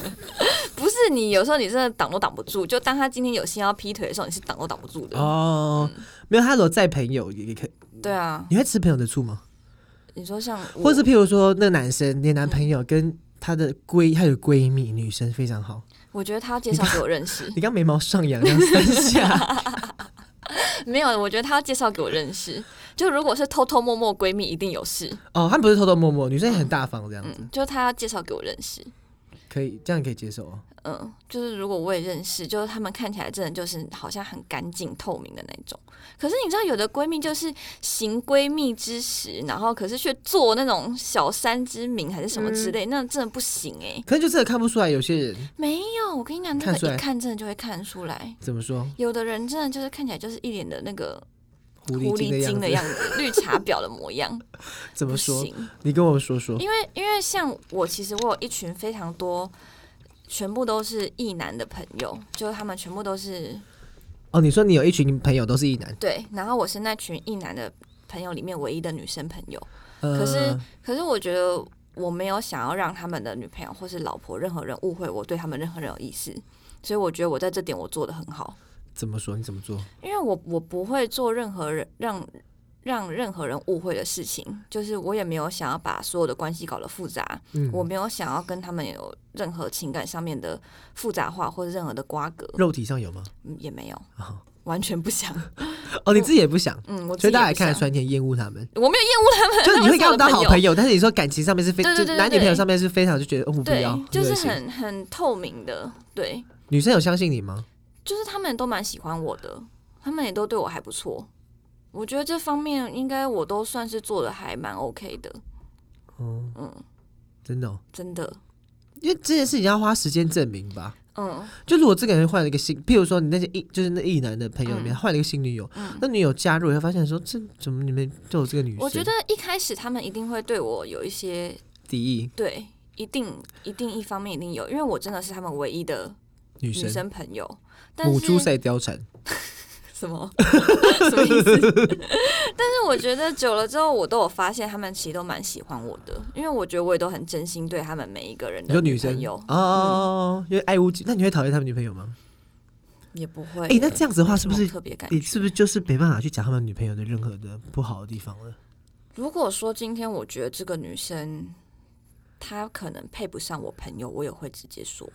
Speaker 2: 不是你有时候你真的挡都挡不住，就当他今天有心要劈腿的时候，你是挡都挡不住的。
Speaker 1: 哦，没有，他如果载朋友也也可以，
Speaker 2: 对啊，
Speaker 1: 你会吃朋友的醋吗？
Speaker 2: 你说像我
Speaker 1: 或是譬如说，那男生，你的男朋友跟她的闺，她有闺蜜女生非常好。
Speaker 2: 我觉得他要介绍给我认识，
Speaker 1: 你刚眉毛上扬两三下，
Speaker 2: 没有，我觉得他要介绍给我认识。就如果是偷偷摸摸闺蜜，一定有事。
Speaker 1: 哦，他们不是偷偷摸摸，女生也很大方这样子，
Speaker 2: 嗯，就他要介绍给我认识。
Speaker 1: 可以这样可以接受哦。
Speaker 2: 嗯，就是如果我也认识，就是他们看起来真的就是好像很干净透明的那种。可是你知道，有的闺蜜就是行闺蜜之实，然后可是却做那种小三之名还是什么
Speaker 1: 嗯
Speaker 2: 之类，那真的不行哎、
Speaker 1: 可能就真的看不出来，有些人
Speaker 2: 没有，我跟你讲，那
Speaker 1: 看出
Speaker 2: 个
Speaker 1: 来
Speaker 2: 一看真的就会看出来。
Speaker 1: 怎么说
Speaker 2: 有的人真的就是看起来就是一脸的那个
Speaker 1: 狐狸
Speaker 2: 狐
Speaker 1: 精的
Speaker 2: 狸
Speaker 1: 样
Speaker 2: 精
Speaker 1: 子，
Speaker 2: 的样子，绿茶婊的模样，
Speaker 1: 怎么
Speaker 2: 不
Speaker 1: 说？
Speaker 2: 行。
Speaker 1: 你跟我说说。
Speaker 2: 因为因为像我，其实我有一群非常多，全部都是异男的朋友，就是他们全部都是
Speaker 1: 哦，你说你有一群朋友都是一男，
Speaker 2: 对，然后我是那群一男的朋友里面唯一的女生朋友。
Speaker 1: 呃、
Speaker 2: 可是可是我觉得我没有想要让他们的女朋友或是老婆任何人误会我对他们任何人有意思，所以我觉得我在这点我做的很好，
Speaker 1: 怎么说？你怎么做？
Speaker 2: 因为我我不会做任何人让让任何人误会的事情，就是我也没有想要把所有的关系搞得复杂，
Speaker 1: 嗯，
Speaker 2: 我没有想要跟他们有任何情感上面的复杂化或者任何的瓜葛，
Speaker 1: 肉体上有吗？
Speaker 2: 嗯也没有，
Speaker 1: 哦，
Speaker 2: 完全不想，
Speaker 1: 哦你自己也不想，
Speaker 2: 嗯，我自己
Speaker 1: 所以大家
Speaker 2: 也
Speaker 1: 也
Speaker 2: 不
Speaker 1: 看得
Speaker 2: 想
Speaker 1: 出来你很厌恶他们，
Speaker 2: 我没有厌恶他们，
Speaker 1: 就是
Speaker 2: 他
Speaker 1: 你
Speaker 2: 们
Speaker 1: 会跟
Speaker 2: 是
Speaker 1: 他
Speaker 2: 我
Speaker 1: 们
Speaker 2: 的
Speaker 1: 当好
Speaker 2: 朋友
Speaker 1: 朋友，但是你说感情上面是非，
Speaker 2: 对对
Speaker 1: 就
Speaker 2: 对对
Speaker 1: 男女朋友
Speaker 2: 对
Speaker 1: 上面是非常就觉得哦我不要
Speaker 2: 对，，就是
Speaker 1: 恶心
Speaker 2: 很很透明的，对，
Speaker 1: 女生有相信你吗？
Speaker 2: 就是他们都蛮喜欢我的，他们也都对我还不错。我觉得这方面应该我都算是做的还蛮 OK 的，
Speaker 1: 哦，
Speaker 2: 嗯，
Speaker 1: 真的哦、
Speaker 2: 真的，
Speaker 1: 因为这件事情要花时间证明吧。
Speaker 2: 嗯
Speaker 1: 就如果这个人换了一个新，譬如说你那些一就是那一男的朋友里面
Speaker 2: 嗯
Speaker 1: 换了一个新女友，
Speaker 2: 嗯。
Speaker 1: 那女友加入以后发现说这怎么你们就有这个女生？
Speaker 2: 我觉得一开始他们一定会对我有一些
Speaker 1: 敌意
Speaker 2: 对，一定一定一方面一定有，因为我真的是他们唯一的
Speaker 1: 女
Speaker 2: 女
Speaker 1: 生
Speaker 2: 生朋友。但
Speaker 1: 母
Speaker 2: 是
Speaker 1: 猪赛貂蝉，
Speaker 2: 什么 什么意思？ 但是我觉得久了之后，我都有发现他们其实都蛮喜欢我的，因为我觉得我也都很真心对他们每一个人
Speaker 1: 你
Speaker 2: 的
Speaker 1: 说女生
Speaker 2: 朋友，
Speaker 1: 哦，因为爱屋及，那你会讨厌他们女朋友吗？
Speaker 2: 也不会。
Speaker 1: 哎、那这样子的话，是不
Speaker 2: 没什么
Speaker 1: 是
Speaker 2: 特别感
Speaker 1: 你
Speaker 2: 觉？
Speaker 1: 是不是就是没办法去讲他们女朋友的任何的不好的地方了？
Speaker 2: 如果说今天我觉得这个女生她可能配不上我朋友，我也会直接说。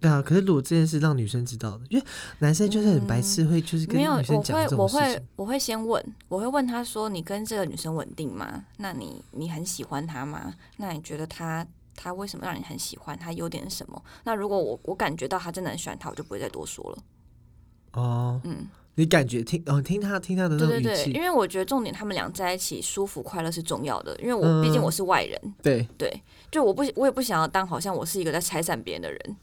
Speaker 1: 对啊，可是如果这件事让女生知道的，因为男生就是很白痴，会就是跟
Speaker 2: 嗯没有，
Speaker 1: 女生
Speaker 2: 我
Speaker 1: 讲
Speaker 2: 会
Speaker 1: 这种
Speaker 2: 我
Speaker 1: 事
Speaker 2: 会
Speaker 1: 情。
Speaker 2: 我会先问，我会问她说：“你跟这个女生稳定吗？那你你很喜欢她吗？那你觉得她她为什么让你很喜欢？她优点是什么？那如果我我感觉到她真的很喜欢她，我就不会再多说了。
Speaker 1: 哦，
Speaker 2: 嗯，
Speaker 1: 你感觉听哦，听他听他的那
Speaker 2: 对
Speaker 1: 种
Speaker 2: 对
Speaker 1: 语
Speaker 2: 对，因
Speaker 1: 气，
Speaker 2: 为我觉得重点他们俩在一起舒服快乐是重要的，因为我毕竟
Speaker 1: 嗯
Speaker 2: 我是外人，
Speaker 1: 对，
Speaker 2: 对，就我不我也不想要当好像我是一个在拆散别人的人。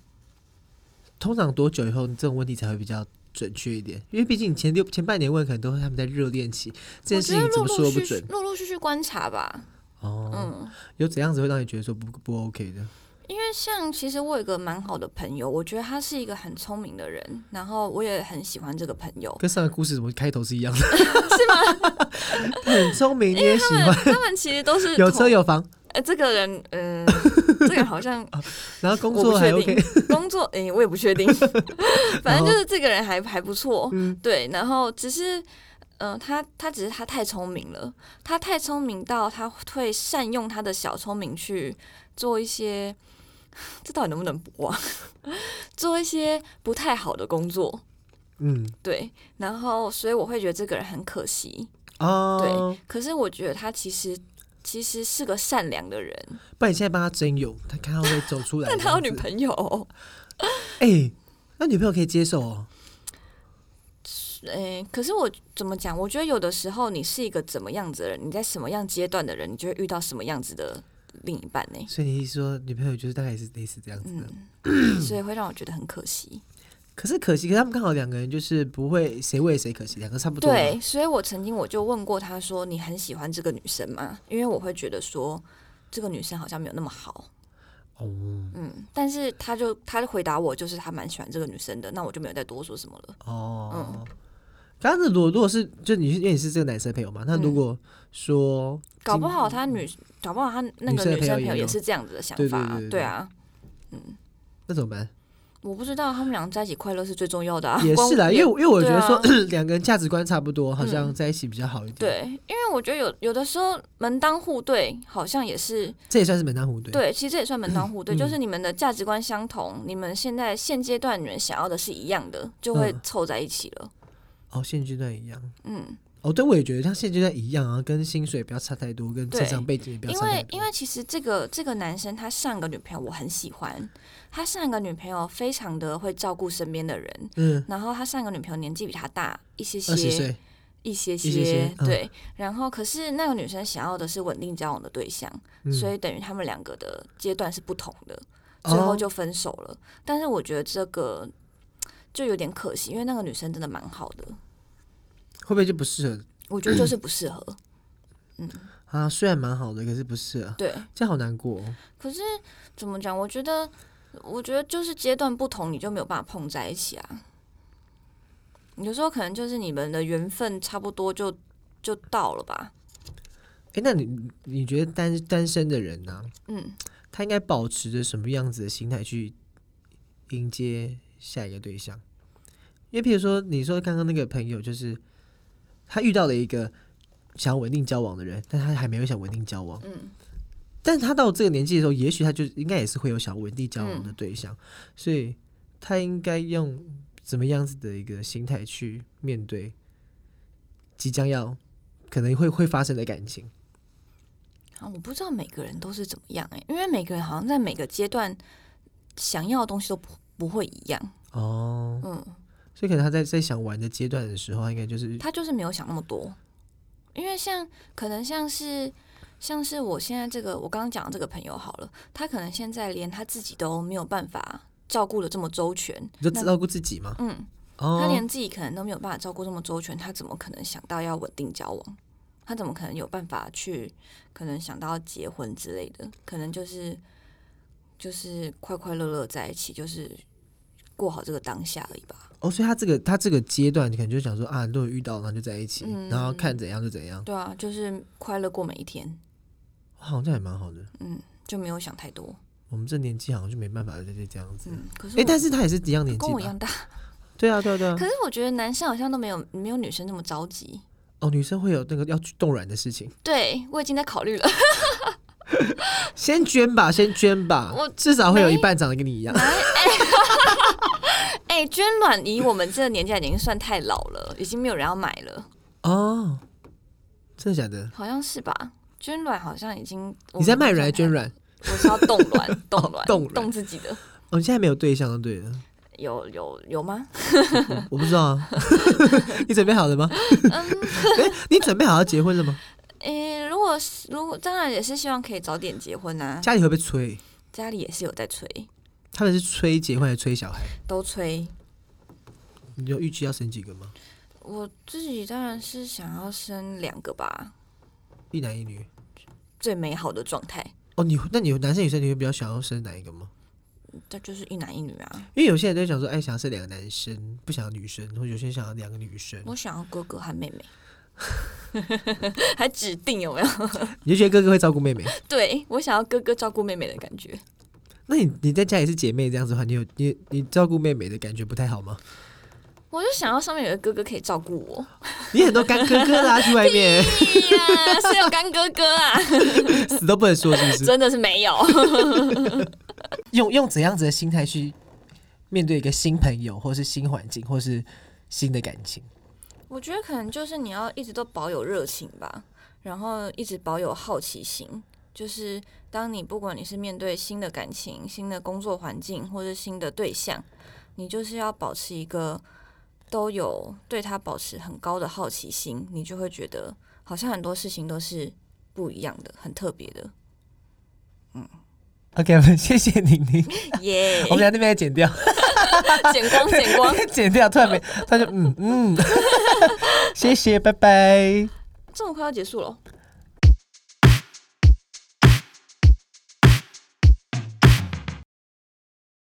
Speaker 1: 通常多久以后你这种问题才会比较准确一点？因为毕竟你前六前半年问可能都是他们在热恋期，这件
Speaker 2: 我
Speaker 1: 事
Speaker 2: 觉得
Speaker 1: 情怎么
Speaker 2: 陆陆
Speaker 1: 说都不
Speaker 2: 续续
Speaker 1: 准
Speaker 2: 陆陆续续观察吧。
Speaker 1: 哦。
Speaker 2: 嗯，
Speaker 1: 有怎样子会让你觉得说不不 OK 的？
Speaker 2: 因为像其实我有一个蛮好的朋友，我觉得他是一个很聪明的人，然后我也很喜欢这个朋 友。
Speaker 1: 跟上个故事怎么开头是一 样的，是吗？很聪明，你也喜欢，
Speaker 2: 他们其实都是
Speaker 1: 有
Speaker 2: 同
Speaker 1: 车，有房，
Speaker 2: 呃，这个人，嗯，这个人好像
Speaker 1: 然后工
Speaker 2: 我不
Speaker 1: 作还
Speaker 2: 确
Speaker 1: OK，
Speaker 2: 定， 工作，诶，我也不确定，反正就是这个人还还不错，
Speaker 1: 嗯
Speaker 2: 对，然后只是。嗯、他他只是他太聪明了，他太聪明到他会善用他的小聪明去做一些， 这到底能不能播啊？ 做一些不太好的工作，
Speaker 1: 嗯，
Speaker 2: 对，然后所以我会觉得这个人很可惜，
Speaker 1: 哦，
Speaker 2: 可是我觉得他其实其实是个善良的人，
Speaker 1: 不然你现在帮他征友，他看他会不会走 出来。
Speaker 2: 但他有女
Speaker 1: 友，
Speaker 2: 朋友，
Speaker 1: 哎、那女朋友可以接受哦。
Speaker 2: 诶、可是我怎么讲？我觉得有的时候你是一个怎么样子的人，你在什么样阶段的人，你就会遇到什么样子的另一半呢、
Speaker 1: 所以你是说女朋友就是大概也是类似这样子的，
Speaker 2: 嗯，所以会让我觉得很可惜。
Speaker 1: 可是可惜，可是他们刚好两个人就是不会谁为谁可惜，两个差不多。
Speaker 2: 对，，所以我曾经我就问过他说：“你很喜欢这个女生吗？”因为我会觉得说这个女生好像没有那么好。
Speaker 1: 哦，
Speaker 2: 嗯，但是他就他就回答我，就是他蛮喜欢这个女生的，那我就没有再多说什么了。嗯
Speaker 1: 哦，刚刚是如果如果是就你是因为你是这个男生朋友
Speaker 2: 嗯
Speaker 1: 嘛，那如果说、
Speaker 2: 搞不好他女，搞不好他那个
Speaker 1: 嗯女生的
Speaker 2: 女
Speaker 1: 朋
Speaker 2: 生朋
Speaker 1: 友
Speaker 2: 友
Speaker 1: 也有
Speaker 2: 也是这样子的想
Speaker 1: 对对
Speaker 2: 法啊，
Speaker 1: 对对
Speaker 2: 对啊。
Speaker 1: 那怎么办？
Speaker 2: 我不知道他们俩在一起快乐是最重要的啊，
Speaker 1: 也
Speaker 2: 关
Speaker 1: 是啦，因为我因为我觉
Speaker 2: 对
Speaker 1: 得
Speaker 2: 啊
Speaker 1: 说、 两个人价值观差不多，好像在一起比较好一点。，
Speaker 2: 对，因为我觉得有有的时候门当户对好像也是
Speaker 1: 这也算是门当户对。，
Speaker 2: 对，其实这也算门当 户对，
Speaker 1: 嗯
Speaker 2: 就是你们的价值观相同，你们现在现阶段你们想要的是一样的，就会
Speaker 1: 嗯
Speaker 2: 凑在一起了。
Speaker 1: 哦，现阶段一样。
Speaker 2: 嗯，
Speaker 1: 哦，对，我也觉得像现阶段一样啊，跟薪水不要差太多，跟
Speaker 2: 对
Speaker 1: 成长背景也不要
Speaker 2: 因
Speaker 1: 差太
Speaker 2: 为
Speaker 1: 多。
Speaker 2: 因为其实这个这个男生他上个女朋友我很喜欢，他上一个女朋友非常的会照顾身边的人，
Speaker 1: 嗯，
Speaker 2: 然后他上一个女朋友年纪比他大一些
Speaker 1: 二十
Speaker 2: 些，
Speaker 1: 岁，
Speaker 2: 一些
Speaker 1: 一些些嗯
Speaker 2: 对，然后可是那个女生想要的是稳定交往的对象，
Speaker 1: 嗯
Speaker 2: 所以等于他们两个的阶段是不同的，最后
Speaker 1: 哦
Speaker 2: 就分手了。但是我觉得这个就有点可惜，因为那个女生真的蛮好的，
Speaker 1: 会不会就不适合
Speaker 2: 我觉得就是不适合。
Speaker 1: 啊？虽然蛮好的，可是不适合，
Speaker 2: 对，
Speaker 1: 这样好难过、哦。
Speaker 2: 可是怎么讲？我觉得，我觉得就是阶段不同，你就没有办法碰在一起啊。有时候可能就是你们的缘分差不多就就到了吧。
Speaker 1: 哎，那你你觉得单单身的人呢、
Speaker 2: 嗯，
Speaker 1: 他应该保持着什么样子的心态去迎接下一个对象？因为譬如说，你说刚刚那个朋友，就是他遇到了一个想要稳定交往的人，但他还没有想稳定交往。
Speaker 2: 嗯。
Speaker 1: 但他到这个年纪的时候，也许他就应该也是会有想稳定交
Speaker 2: 嗯
Speaker 1: 往的对象，所以他应该用怎么样子的一个心态去面对即将要可能会会发生的感情？
Speaker 2: 啊，我不知道每个人都是怎么样哎、因为每个人好像在每个阶段想要的东西都不不会一样。
Speaker 1: 哦，
Speaker 2: 嗯，
Speaker 1: 所以可能他在在想玩的阶段的时候，他应该就是
Speaker 2: 他就是没有想那么多，因为像可能像是像是我现在这个我刚刚讲的这个朋友好了，他可能现在连他自己都没有办法照顾的这么周全，
Speaker 1: 你就自照顾自己嘛。
Speaker 2: 嗯，
Speaker 1: 哦，
Speaker 2: 他连自己可能都没有办法照顾这么周全，他怎么可能想到要稳定交往？他怎么可能有办法去可能想到结婚之类的？可能就是就是快快乐乐在一起，就是过好这个当下而已吧。
Speaker 1: 哦，所以他这个他这个阶段可能就想说啊，如果遇到，然后就在一起，
Speaker 2: 嗯
Speaker 1: 然后看怎样就怎样，
Speaker 2: 对啊，就是快乐过每一天，
Speaker 1: 哇好像也蛮好的。
Speaker 2: 嗯，就没有想太多，
Speaker 1: 我们这年纪好像就没办法再这样子。
Speaker 2: 嗯。可是
Speaker 1: 哎、
Speaker 2: 我
Speaker 1: 但是他也是一样年
Speaker 2: 跟
Speaker 1: 纪
Speaker 2: 我一
Speaker 1: 吧？
Speaker 2: 样 大，
Speaker 1: 对啊，对啊，对啊
Speaker 2: 可。是我觉得男生好像都没有没有女生这么着急。
Speaker 1: 哦，女生会有那个要去冻卵的事情，
Speaker 2: 对我已经在考虑了。
Speaker 1: 先捐吧，先捐吧，
Speaker 2: 我
Speaker 1: 至少会有一半长得跟你一样。
Speaker 2: 哎、捐卵仪我们这个年纪已经算太老了，已经没有人要买了。
Speaker 1: 哦，真的假的？
Speaker 2: 好像是吧？捐卵好像已经
Speaker 1: 你在卖卵还是捐？
Speaker 2: 我
Speaker 1: 卵？
Speaker 2: 我是要冻 卵，冻卵，
Speaker 1: 冻卵
Speaker 2: 冻自己的。
Speaker 1: 哦，你现在没有对象就对了，
Speaker 2: 有有有吗？
Speaker 1: 我我不知道啊。你准备好了吗？ 哎、你准备好要结婚了吗？
Speaker 2: 诶、如果是如果当然也是希望可以早点结婚啊。
Speaker 1: 家里会不会催？
Speaker 2: 家里也是有在催，
Speaker 1: 他们是催结婚还是催小孩？
Speaker 2: 都催。
Speaker 1: 你有预期要生几个吗？
Speaker 2: 我自己当然是想要生两个吧，
Speaker 1: 一男一女？
Speaker 2: 最美好的状态，
Speaker 1: 哦，你那你有男生女生，你会比较想要生哪一个吗？
Speaker 2: 这就是一男一女啊。
Speaker 1: 因为有些人都会想说，哎，想要生两个男生，不想要女生，或者有些人想要两个女生。
Speaker 2: 我想要哥哥和妹妹， 还指定有没有？
Speaker 1: 你就觉得哥哥会照顾妹妹？
Speaker 2: 对我想要哥哥照顾妹妹的感觉。
Speaker 1: 那你你在家里是姐妹这样子的话，你有你你照顾妹妹的感觉不太好吗？
Speaker 2: 我就想要上面有个哥哥可以照顾我。
Speaker 1: 你很多干哥哥啦，去外面
Speaker 2: 呀，是有干哥哥啊，
Speaker 1: 死都不能说，是不是？
Speaker 2: 真的是没有。
Speaker 1: 用用怎样子的心态去面对一个新朋友，或是新环境，或是新的感情？
Speaker 2: 我觉得可能就是你要一直都保有热情吧，然后一直保有好奇心。就是当你不管你是面对新的感情、新的工作环境，或是新的对象，你就是要保持一个都有对他保持很高的好奇心，你就会觉得好像很多事情都是不一样的，很特别的。
Speaker 1: OK，我们 谢谢宁宁，
Speaker 2: 耶、
Speaker 1: 我们俩那边也剪掉，
Speaker 2: 剪光剪光，
Speaker 1: 剪掉，突然没， 他就嗯嗯，谢谢，拜拜。
Speaker 2: 这么快要结束了，哦